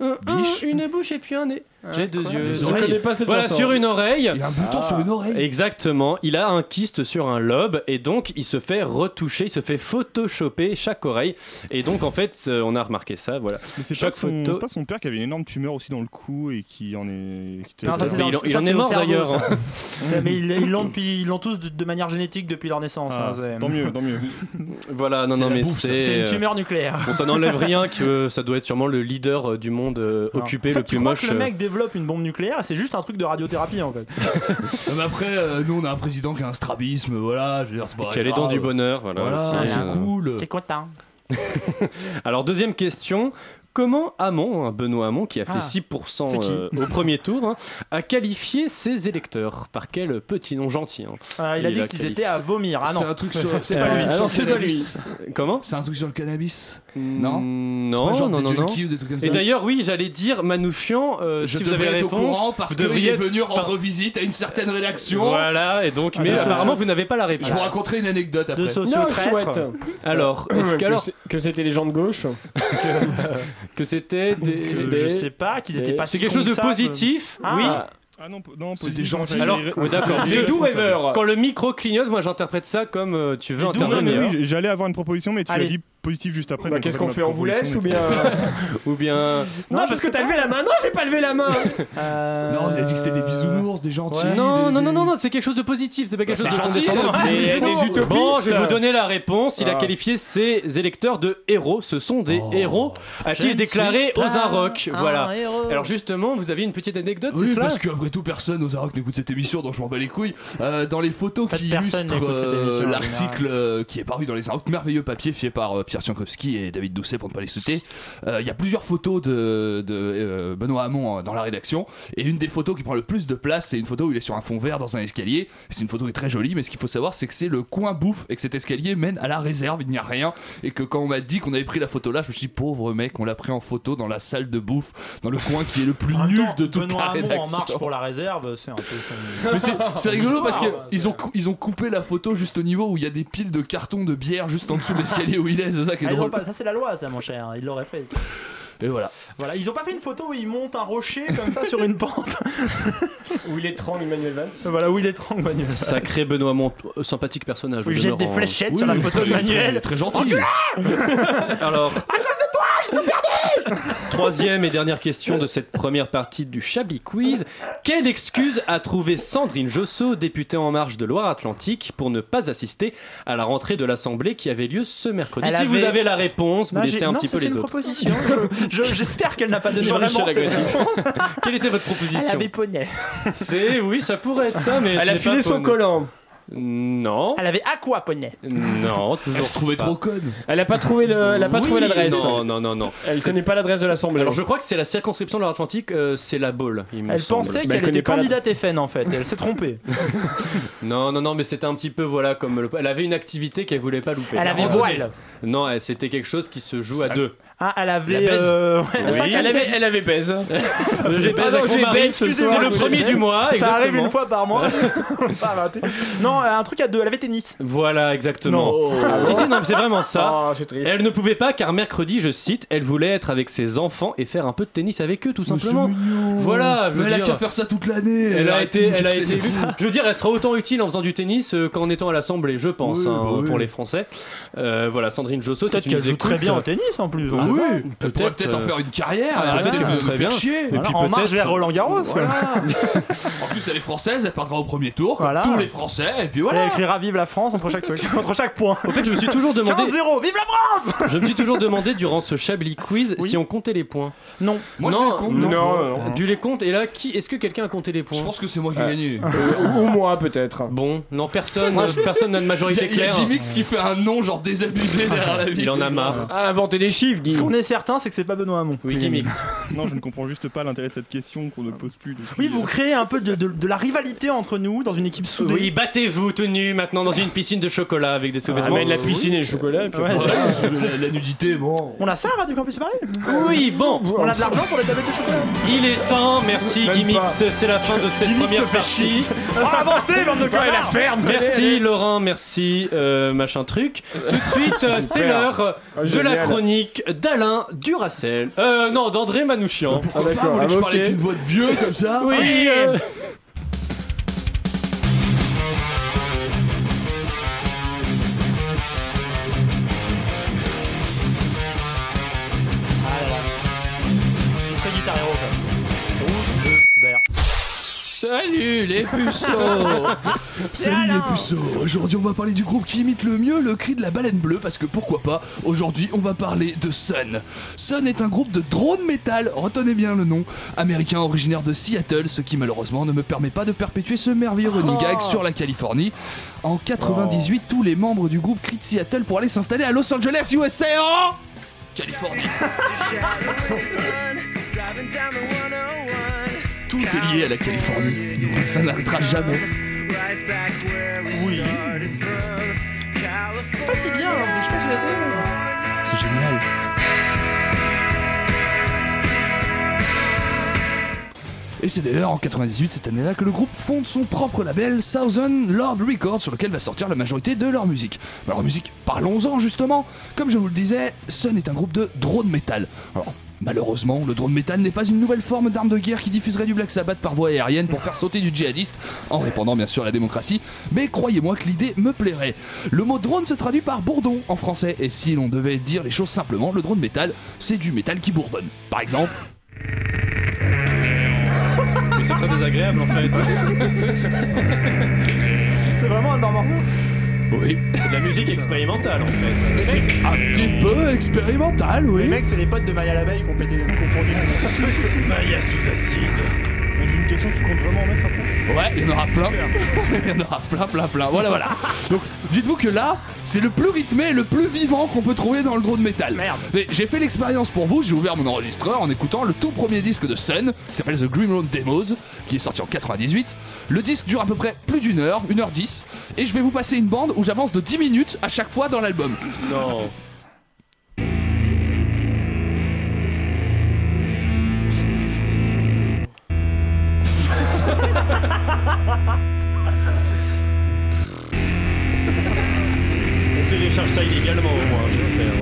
Speaker 1: un- un, une bouche et puis un nez. J'ai deux
Speaker 3: quoi.
Speaker 1: yeux.
Speaker 3: Des
Speaker 1: deux
Speaker 3: oreilles.
Speaker 1: oreilles.
Speaker 3: Je connais pas cette
Speaker 1: voilà,
Speaker 3: chanson.
Speaker 1: sur une oreille.
Speaker 3: Il a un bouton
Speaker 4: Ah.
Speaker 3: sur une oreille.
Speaker 1: Exactement. Il a un kyste sur un lobe et donc il se fait retoucher, il se fait photoshopper chaque oreille. Et donc en fait, euh, on a remarqué ça. Voilà.
Speaker 18: Mais c'est pas,
Speaker 1: chaque
Speaker 18: son...
Speaker 1: photo.
Speaker 18: c'est pas son père qui avait une énorme tumeur aussi dans le cou et qui en est. qui était-
Speaker 3: Non, Ah, ça, c'est
Speaker 1: Mais
Speaker 3: dans-
Speaker 1: il en-
Speaker 3: ça,
Speaker 1: il en
Speaker 3: c'est
Speaker 1: est
Speaker 3: au
Speaker 1: mort,
Speaker 3: cerveau,
Speaker 1: d'ailleurs.
Speaker 3: ça. Ça, Mais ils ils l'ont depuis- ils l'ont tous de, de manière génétique depuis leur naissance.
Speaker 1: Ah,
Speaker 3: hein, c'est-
Speaker 1: tant mieux, tant mieux. Voilà, non,
Speaker 3: C'est
Speaker 1: non,
Speaker 3: la
Speaker 1: mais
Speaker 3: bouffe, ça.
Speaker 1: c'est.
Speaker 3: C'est une
Speaker 1: euh,
Speaker 3: tumeur nucléaire.
Speaker 1: Bon, ça n'enlève rien que euh, ça doit être sûrement le leader euh, du monde euh,
Speaker 3: Alors,
Speaker 1: occupé
Speaker 3: en fait,
Speaker 1: le
Speaker 3: tu
Speaker 1: plus
Speaker 3: crois
Speaker 1: moche.
Speaker 3: que le
Speaker 1: euh,
Speaker 3: mec développe une bombe nucléaire, c'est juste un truc de radiothérapie en fait.
Speaker 4: Non, mais après, euh, nous on a un président qui a un strabisme, voilà. Je veux dire, c'est pas
Speaker 1: euh, Qui a les
Speaker 4: grave.
Speaker 1: dents du bonheur, voilà, aussi,
Speaker 4: c'est
Speaker 1: euh,
Speaker 4: cool.
Speaker 3: C'est quoi t'as
Speaker 1: Alors, deuxième question. Comment Hamon, hein, Benoît Hamon, qui a fait
Speaker 3: Ah,
Speaker 1: 6%
Speaker 3: c'est qui
Speaker 1: euh, au premier tour, hein, a qualifié ses électeurs Par quel petit nom gentil hein.
Speaker 3: Ah, il a dit qu'ils
Speaker 1: qualifié-
Speaker 3: étaient à vomir. Ah non.
Speaker 4: C'est un truc sur.
Speaker 1: Euh, ah non, c'est pas lui. Comment
Speaker 4: C'est un truc sur le cannabis
Speaker 1: Non.
Speaker 4: Hmm, C'est pas
Speaker 1: Non,
Speaker 4: genre
Speaker 1: non,
Speaker 4: des
Speaker 1: non, non.
Speaker 4: junkies ou des trucs comme
Speaker 1: Et
Speaker 4: ça
Speaker 1: d'ailleurs, oui, j'allais dire Manouchian, euh,
Speaker 4: Je
Speaker 1: si vous avez la
Speaker 4: devrais être au
Speaker 1: réponse,
Speaker 4: courant parce
Speaker 1: vous
Speaker 4: que il
Speaker 1: devriez
Speaker 4: est
Speaker 1: être
Speaker 4: venu rendre
Speaker 1: par- Euh,
Speaker 4: visite à une certaine rédaction.
Speaker 1: Voilà, et donc,
Speaker 4: Ah,
Speaker 1: mais
Speaker 4: de
Speaker 1: apparemment,
Speaker 4: socio-
Speaker 1: vous n'avez pas la réponse.
Speaker 4: Je vous raconterai une anecdote après.
Speaker 1: Alors, est-ce
Speaker 10: que,
Speaker 1: qu'alors-
Speaker 10: c'est- que c'était les gens de gauche
Speaker 1: que c'était des,
Speaker 10: je sais
Speaker 3: pas, qu'ils
Speaker 10: étaient pas
Speaker 1: C'est
Speaker 10: si
Speaker 1: quelque chose
Speaker 10: cons
Speaker 1: de
Speaker 10: que ça,
Speaker 1: positif,
Speaker 10: que-
Speaker 1: oui.
Speaker 10: Ah.
Speaker 18: Ah non, p- non,
Speaker 4: C'était gentil.
Speaker 1: Alors, oui, d'accord.
Speaker 18: C'est tout rêveur.
Speaker 1: Quand le micro clignote, moi j'interprète ça comme euh, tu veux
Speaker 18: Non, mais
Speaker 1: intervenir.
Speaker 18: oui, j'allais avoir une proposition, mais tu as
Speaker 1: Allez.
Speaker 18: dit positif juste après.
Speaker 10: Bah,
Speaker 18: donc
Speaker 10: qu'est-ce
Speaker 18: en
Speaker 10: qu'on fait, on
Speaker 18: ma
Speaker 10: vous laisse
Speaker 18: proposition
Speaker 10: ou bien
Speaker 1: Ou bien.
Speaker 10: Non, parce que t'as levé la main. Non, j'ai pas levé la main.
Speaker 3: Euh,
Speaker 4: Non, il a dit que c'était des bisounours, des gentils.
Speaker 1: non, non, non, non, non, c'est quelque chose de positif, c'est pas quelque
Speaker 4: Bah,
Speaker 1: chose
Speaker 4: c'est
Speaker 1: de
Speaker 4: gentil,
Speaker 1: condescendant.
Speaker 4: hein,
Speaker 1: Mais-
Speaker 4: des utopistes. euh,
Speaker 1: Bon, je vais vous donner la réponse. Il a
Speaker 4: Ah. Oh.
Speaker 1: qualifié ses électeurs de héros. Ce sont des héros,
Speaker 4: Je
Speaker 1: a-t-il
Speaker 4: ne
Speaker 1: déclaré
Speaker 4: suis
Speaker 1: aux
Speaker 4: pas
Speaker 1: Arocs.
Speaker 4: un
Speaker 1: Voilà.
Speaker 4: héros.
Speaker 1: Alors justement, vous aviez une petite anecdote, c'est
Speaker 4: Oui,
Speaker 1: cela
Speaker 4: parce qu'après tout, personne aux Arocs n'écoute cette émission, donc je m'en bats les couilles. Euh, dans les photos qui
Speaker 3: personne
Speaker 4: illustrent
Speaker 3: n'écoute cette émission,
Speaker 4: euh,
Speaker 3: en
Speaker 4: l'article euh, qui est paru dans les Arocs, merveilleux papier fait par euh, Pierre Siankowski et David Doucet pour ne pas les sauter, euh, il y a plusieurs photos de, de, euh, Benoît Hamon euh, dans la rédaction. Et une des photos qui prend le plus de place, c'est une photo où il est sur un fond vert dans un escalier. C'est une photo qui est très jolie, mais ce qu'il faut savoir, c'est que c'est le coin bouffe et que cet escalier mène à la réserve, il n'y a rien. Et que quand on m'a dit qu'on avait pris la photo là, je me suis dit, pauvre mec, on l'a pris en photo dans la salle de bouffe, dans le coin qui est le plus nul de toute
Speaker 3: Benoît
Speaker 4: la
Speaker 3: Hamon en
Speaker 4: rédaction.
Speaker 3: marche pour la réserve, c'est un peu. son- Ah,
Speaker 4: Mais c'est c'est rigolo parce
Speaker 3: Histoire.
Speaker 4: qu'ils ont, cou- ils ont coupé la photo juste au niveau où il y a des piles de cartons de bière juste en dessous de l'escalier où il est, c'est ça qui est
Speaker 3: Ah, ils ont
Speaker 4: drôle.
Speaker 3: pas- ça c'est la loi, ça mon cher. Ils l'auraient fait.
Speaker 4: Et voilà.
Speaker 3: Voilà, ils ont pas fait une photo où ils montent un rocher comme ça sur une pente.
Speaker 10: Où il étrangle Emmanuel Valls
Speaker 3: Voilà, où il étrangle Manuel.
Speaker 1: Sacré Benoît Hamon, euh, sympathique personnage.
Speaker 3: Où
Speaker 1: au
Speaker 3: il jette des
Speaker 1: demeurant.
Speaker 3: fléchettes
Speaker 1: Oui,
Speaker 3: sur la
Speaker 1: oui,
Speaker 3: photo de
Speaker 1: très-
Speaker 3: Manuel.
Speaker 1: Très gentil.
Speaker 3: Enculé
Speaker 1: Alors. Troisième et dernière question de cette première partie du Chablis Quiz. Quelle excuse a trouvé Sandrine Josso, députée en marge de Loire-Atlantique, pour ne pas assister à la rentrée de l'Assemblée qui avait lieu ce mercredi
Speaker 3: Elle
Speaker 1: Si vous
Speaker 3: avait-
Speaker 1: avez la réponse, vous
Speaker 3: Non,
Speaker 1: laissez
Speaker 3: j'ai-
Speaker 1: un
Speaker 3: non,
Speaker 1: petit peu
Speaker 3: c'était
Speaker 1: les
Speaker 3: une
Speaker 1: autres.
Speaker 3: proposition. Je- je- J'espère qu'elle n'a pas donné vraiment
Speaker 1: Jean-Michel
Speaker 3: cette
Speaker 1: Agressif.
Speaker 3: réponse.
Speaker 1: Quelle était votre
Speaker 3: Elle
Speaker 1: proposition
Speaker 3: avait poney.
Speaker 1: C'est oui, ça pourrait être ça, mais
Speaker 3: Elle
Speaker 1: ce
Speaker 3: a
Speaker 1: n'est
Speaker 3: filé
Speaker 1: pas
Speaker 3: son
Speaker 1: poney.
Speaker 10: collant.
Speaker 1: Non.
Speaker 3: Elle avait aqua poney.
Speaker 1: Non, toujours.
Speaker 4: Elle se trouvait
Speaker 1: pas.
Speaker 4: trop conne.
Speaker 10: Elle a pas trouvé le- elle a pas trouvé
Speaker 1: Oui,
Speaker 10: l'adresse.
Speaker 1: Non, non, non, non.
Speaker 10: Elle connaît pas l'adresse de l'Assemblée.
Speaker 1: Alors je crois que c'est la circonscription de l'Atlantique, euh, c'est la Baule. il me
Speaker 3: Elle
Speaker 1: semble.
Speaker 3: pensait qu'elle était candidate FN en fait. Elle s'est trompée.
Speaker 1: Non, non, non, mais c'était un petit peu voilà comme le- elle avait une activité qu'elle voulait pas louper. euh,
Speaker 3: Elle avait voile.
Speaker 1: Non, elle- c'était quelque chose qui se joue à
Speaker 3: Ça-
Speaker 1: deux.
Speaker 3: Ah, elle avait.
Speaker 1: La baise.
Speaker 3: euh,
Speaker 1: Oui.
Speaker 3: cinq à
Speaker 1: Elle avait-
Speaker 3: sept.
Speaker 10: Elle avait baise.
Speaker 1: Le GPS
Speaker 3: Pardon,
Speaker 1: avec mon
Speaker 3: j'ai
Speaker 1: mari,
Speaker 3: baise,
Speaker 1: c'est
Speaker 3: excusez-moi,
Speaker 1: le
Speaker 3: j'ai
Speaker 1: premier
Speaker 3: baise.
Speaker 1: du mois,
Speaker 3: Ça arrive
Speaker 1: exactement.
Speaker 3: une fois par mois. On peut pas rater. non, euh, un truc à deux. Elle avait tennis.
Speaker 1: Voilà, exactement. Oh.
Speaker 3: Non. Ah Oh,
Speaker 1: si,
Speaker 3: bon
Speaker 1: si, non, mais c'est vraiment ça.
Speaker 10: Ah, c'est triste.
Speaker 1: Elle ne pouvait pas car mercredi, je cite, elle voulait être avec ses enfants et faire un peu de tennis avec eux, tout
Speaker 4: Mais c'est
Speaker 1: simplement.
Speaker 4: mignon.
Speaker 1: Voilà, je
Speaker 4: Mais
Speaker 1: veux
Speaker 4: elle a
Speaker 1: dire.
Speaker 4: qu'à faire ça toute l'année.
Speaker 1: Elle a été, elle a
Speaker 4: C'est-
Speaker 1: été. Je veux dire, elle sera autant utile en faisant du tennis euh, qu'en étant à l'Assemblée, je pense,
Speaker 4: Oui,
Speaker 1: hein,
Speaker 4: bah oui.
Speaker 1: pour les Français. Euh, voilà, Sandrine Josso, c'est
Speaker 3: Peut-être
Speaker 1: une
Speaker 3: qu'elle joue
Speaker 1: écoute.
Speaker 3: très bien au tennis en plus.
Speaker 1: Ah
Speaker 3: on sait
Speaker 1: oui,
Speaker 3: pas.
Speaker 4: Elle pourrait peut-être en
Speaker 1: euh,
Speaker 4: faire une carrière.
Speaker 1: ah,
Speaker 4: elle
Speaker 1: peut-être
Speaker 4: peut-être
Speaker 1: qu'elle
Speaker 4: nous
Speaker 1: joue très
Speaker 4: faire
Speaker 1: bien.
Speaker 4: chier.
Speaker 1: Et
Speaker 3: Voilà,
Speaker 1: puis
Speaker 3: en marche
Speaker 1: peut-être-
Speaker 3: vers Roland Garros.
Speaker 4: En plus, elle est française, elle partira au premier tour, comme
Speaker 3: Voilà.
Speaker 4: tous les Français, et puis voilà.
Speaker 3: Elle écrira Vive la France entre chaque, truc, entre chaque point.
Speaker 1: En fait, je me suis toujours demandé.
Speaker 3: 15-0, vive la France
Speaker 1: Je me suis toujours demandé durant ce Chablis quiz si on comptait les points.
Speaker 3: Non.
Speaker 4: Moi, je les compte,
Speaker 1: Eh, Non.
Speaker 4: non.
Speaker 1: non. Du les comptes. Et là, qui est-ce que quelqu'un a compté les points Je pense
Speaker 4: que c'est moi qui ai
Speaker 1: euh,
Speaker 4: gagné.
Speaker 1: ou moi peut-être. Bon, non personne.
Speaker 4: Moi,
Speaker 1: euh,
Speaker 4: je-
Speaker 1: personne n'a de majorité
Speaker 4: Il y a-
Speaker 1: claire.
Speaker 4: Il y a Jimix qui fait un nom genre désabusé derrière la vie.
Speaker 1: Il en a marre. Ah, inventer des chiffres,
Speaker 3: Ce qu'on est certain, c'est que c'est pas Benoît Hamon.
Speaker 1: Oui, Guimix.
Speaker 18: Non, je ne comprends juste pas l'intérêt de cette question qu'on ne pose plus. depuis-
Speaker 3: Oui, vous créez un peu de, de- de la rivalité entre nous dans une équipe soudée.
Speaker 1: Oui, battez-vous tout nu maintenant dans une piscine de chocolat avec des sous-vêtements.
Speaker 10: Amène la piscine et le chocolat. Et puis
Speaker 1: Ouais,
Speaker 10: après-
Speaker 4: La, la nudité, bon.
Speaker 3: On a ça, Radio Campus Paris
Speaker 1: Oui, bon.
Speaker 3: On a de l'argent pour les tablettes de chocolat
Speaker 1: Il est temps, merci
Speaker 3: Même
Speaker 1: Gimmicks,
Speaker 3: pas.
Speaker 1: c'est la fin de cette
Speaker 3: Gimmicks se
Speaker 1: première
Speaker 3: fait
Speaker 1: partie.
Speaker 3: shit. Oh, avancez, bande de connards.
Speaker 1: Merci
Speaker 3: Allez, allez.
Speaker 1: Laurent, merci euh, machin truc. Tout de suite, euh, c'est
Speaker 10: Super.
Speaker 1: l'heure
Speaker 10: Ah,
Speaker 1: de
Speaker 10: génial.
Speaker 1: la chronique d'Alain Duracel. Euh, non, d'André Manouchian.
Speaker 4: Ah, d'accord. Vous voulez que je parle avec une voix de vieux comme ça
Speaker 1: Oui. euh,
Speaker 3: Très guitare héros, quoi. Rouge, bleu, vert.
Speaker 4: Salut les puceaux Salut les puceaux Aujourd'hui on va parler du groupe qui imite le mieux le cri de la baleine bleue parce que pourquoi pas, aujourd'hui on va parler de Sun. Sun est un groupe de drone metal, retenez bien le nom, américain originaire de Seattle, ce qui malheureusement ne me permet pas de perpétuer ce merveilleux running gag sur la Californie. En 98, tous les membres du groupe crient de Seattle pour aller s'installer à Los Angeles, USA en Californie. Tout est lié à la Californie. Ça n'arrêtera jamais.
Speaker 3: Oui. C'est pas si bien, hein, je sais pas si vous avez-
Speaker 4: C'est génial. Et c'est d'ailleurs en 98, cette année-là, que le groupe fonde son propre label, Southern Lord Records, sur lequel va sortir la majorité de leur musique. Alors musique, parlons-en justement Comme je vous le disais, Sun est un groupe de drone metal. Alors, malheureusement, le drone metal n'est pas une nouvelle forme d'arme de guerre qui diffuserait du Black Sabbath par voie aérienne pour faire sauter du djihadiste, en répandant bien sûr la démocratie, mais croyez-moi que l'idée me plairait. Le mot drone se traduit par bourdon en français, et si l'on devait dire les choses simplement, le drone metal, c'est du métal qui bourdonne. Par exemple...
Speaker 1: mais c'est très désagréable en fait.
Speaker 3: C'est vraiment un énorme morceau.
Speaker 4: Oui.
Speaker 1: C'est de la musique expérimentale en fait.
Speaker 4: C'est un petit peu expérimental, oui.
Speaker 3: Les mecs, c'est les potes de Maya l'abeille qui ont pété, confondu.
Speaker 1: Maya sous acide.
Speaker 18: J'ai une question, tu comptes vraiment en mettre après
Speaker 4: Ouais, il y en aura plein. Il y en aura plein, plein, plein. Voilà, voilà. Donc, dites-vous que là, c'est le plus rythmé et le plus vivant qu'on peut trouver dans le drone metal. Merde. J'ai fait l'expérience pour vous, j'ai ouvert mon enregistreur en écoutant le tout premier disque de Sun, qui s'appelle The Green Road Demos, qui est sorti en 98. Le disque dure à peu près plus d'une heure, 1 heure 10 et je vais vous passer une bande où j'avance de 10 minutes à chaque fois dans l'album.
Speaker 1: Non. On télécharge ça illégalement au moins, j'espère.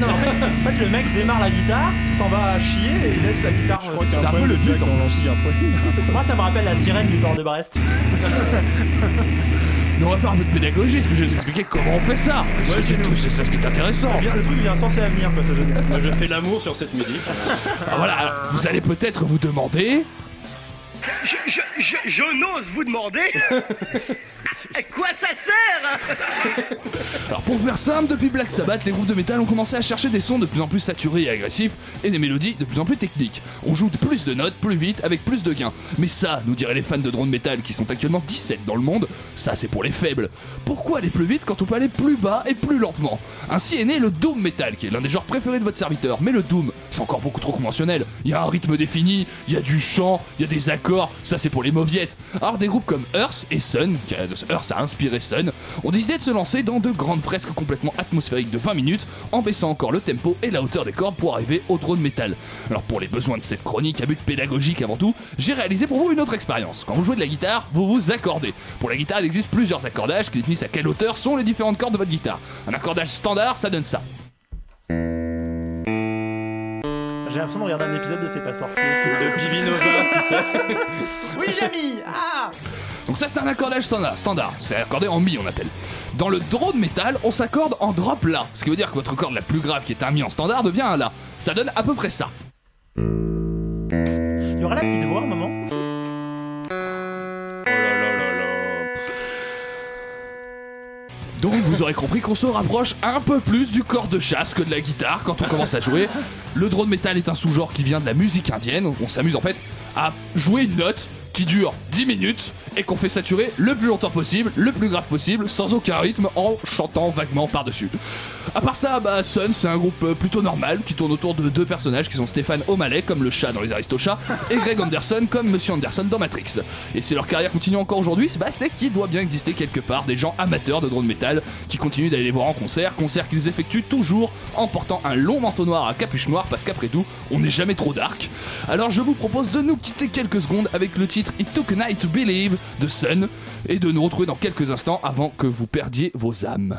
Speaker 3: Non, mais en fait, en fait, le mec démarre la guitare, s'en va à chier et il laisse la guitare. euh,
Speaker 18: qu'il y a un problème de jack dans l'ordi après.
Speaker 3: Moi, ça me rappelle la sirène du port de Brest.
Speaker 4: Mais on va faire un peu de pédagogie, parce que je vais vous expliquer comment on fait ça. Parce que c'est tout, c'est ça ce qui est intéressant.
Speaker 3: Bien, le truc, il y a un sens et avenir, quoi, c'est génial.
Speaker 1: Moi, je fais l'amour sur cette musique.
Speaker 4: Ah, voilà, alors, vous allez peut-être vous demander
Speaker 15: Je, je, je, je n'ose vous demander à quoi ça sert
Speaker 4: Alors pour faire simple, depuis Black Sabbath, les groupes de métal ont commencé à chercher des sons de plus en plus saturés et agressifs et des mélodies de plus en plus techniques. On joue de plus de notes, plus vite, avec plus de gains. Mais ça, nous diraient les fans de drone metal qui sont actuellement 17 dans le monde, ça c'est pour les faibles. Pourquoi aller plus vite quand on peut aller plus bas et plus lentement Ainsi est né le doom metal, qui est l'un des genres préférés de votre serviteur. Mais le doom, c'est encore beaucoup trop conventionnel. Il y a un rythme défini, il y a du chant, il y a des accords, ça c'est pour les mauviettes. Alors des groupes comme Earth et Sun, qui a- Earth a inspiré Sun, ont décidé de se lancer dans de grandes fresques complètement atmosphériques de 20 minutes, en baissant encore le tempo et la hauteur des cordes pour arriver au drone métal. Alors pour les besoins de cette chronique à but pédagogique avant tout, j'ai réalisé pour vous une autre expérience. Quand vous jouez de la guitare, vous vous accordez. Pour la guitare, il existe plusieurs accordages qui définissent à quelle hauteur sont les différentes cordes de votre guitare. Un accordage standard, ça donne ça.
Speaker 3: J'ai l'impression de regarder un épisode de C'est pas sorcier.
Speaker 1: De Pivinoza, tu sais.
Speaker 3: Oui, Jamy Ah
Speaker 4: Donc ça c'est un accordage standard, standard. c'est accordé en mi on appelle. Dans le drone métal, on s'accorde en drop la, ce qui veut dire que votre corde la plus grave qui est un mi en standard devient un la. Ça donne à peu près ça.
Speaker 3: Il y aura la petite voix, maman
Speaker 4: Donc vous aurez compris qu'on se rapproche un peu plus du corps de chasse que de la guitare quand on commence à jouer. Le drone metal est un sous-genre qui vient de la musique indienne. On s'amuse en fait à jouer une note qui dure 10 minutes et qu'on fait saturer le plus longtemps possible, le plus grave possible, sans aucun rythme, en chantant vaguement par-dessus. À part ça, bah, Sun, c'est un groupe euh, plutôt normal qui tourne autour de deux personnages qui sont Stéphane O'Malley, comme le chat dans les Aristochats, et Greg Anderson, comme Monsieur Anderson dans Matrix. Et si leur carrière continue encore aujourd'hui, bah, c'est qu'il doit bien exister quelque part des gens amateurs de drone metal qui continuent d'aller les voir en concert, concert qu'ils effectuent toujours en portant un long manteau noir à capuche noire parce qu'après tout, on n'est jamais trop dark. Alors je vous propose de nous quitter quelques secondes avec le titre It Took a Night to Believe de Sun et de nous retrouver dans quelques instants avant que vous perdiez vos âmes.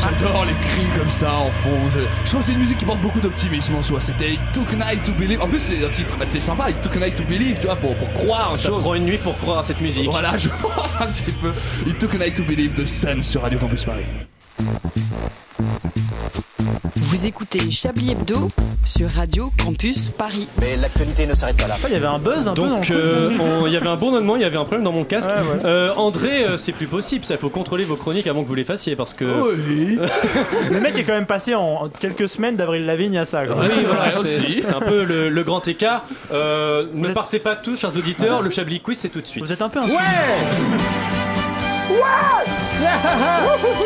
Speaker 4: J'adore les cris comme ça en fond. Je, je pense que c'est une musique qui porte beaucoup d'optimisme en soi. C'était It Took a Night to Believe. En plus, c'est un titre assez sympa. It Took a Night to Believe, tu vois, pour, pour croire. en
Speaker 1: Ça
Speaker 4: chose.
Speaker 1: prend une nuit pour croire à cette musique.
Speaker 4: Voilà, je pense un petit peu. It Took a Night to Believe de Sun sur Radio Campus Paris.
Speaker 9: Vous écoutez Chablis Hebdo sur Radio Campus Paris.
Speaker 7: Mais l'actualité ne s'arrête pas là.
Speaker 3: Il y avait un buzz un peu dans
Speaker 1: Donc
Speaker 3: le
Speaker 1: euh,
Speaker 3: truc. Ah,
Speaker 1: on- il y avait un bon moment, il y avait un problème dans mon casque. Euh, André, euh, c'est plus possible, ça faut contrôler vos chroniques avant que vous les fassiez parce que.
Speaker 3: Oh, Le mec est quand même passé en quelques semaines d'avril Lavigne à ça. quoi.
Speaker 1: Oui, voilà, c'est c'est un peu le, le grand écart. Euh, ne partez pas tous, chers auditeurs, le Chablis Quiz c'est tout de suite. Vous
Speaker 3: êtes un peu
Speaker 1: Ouais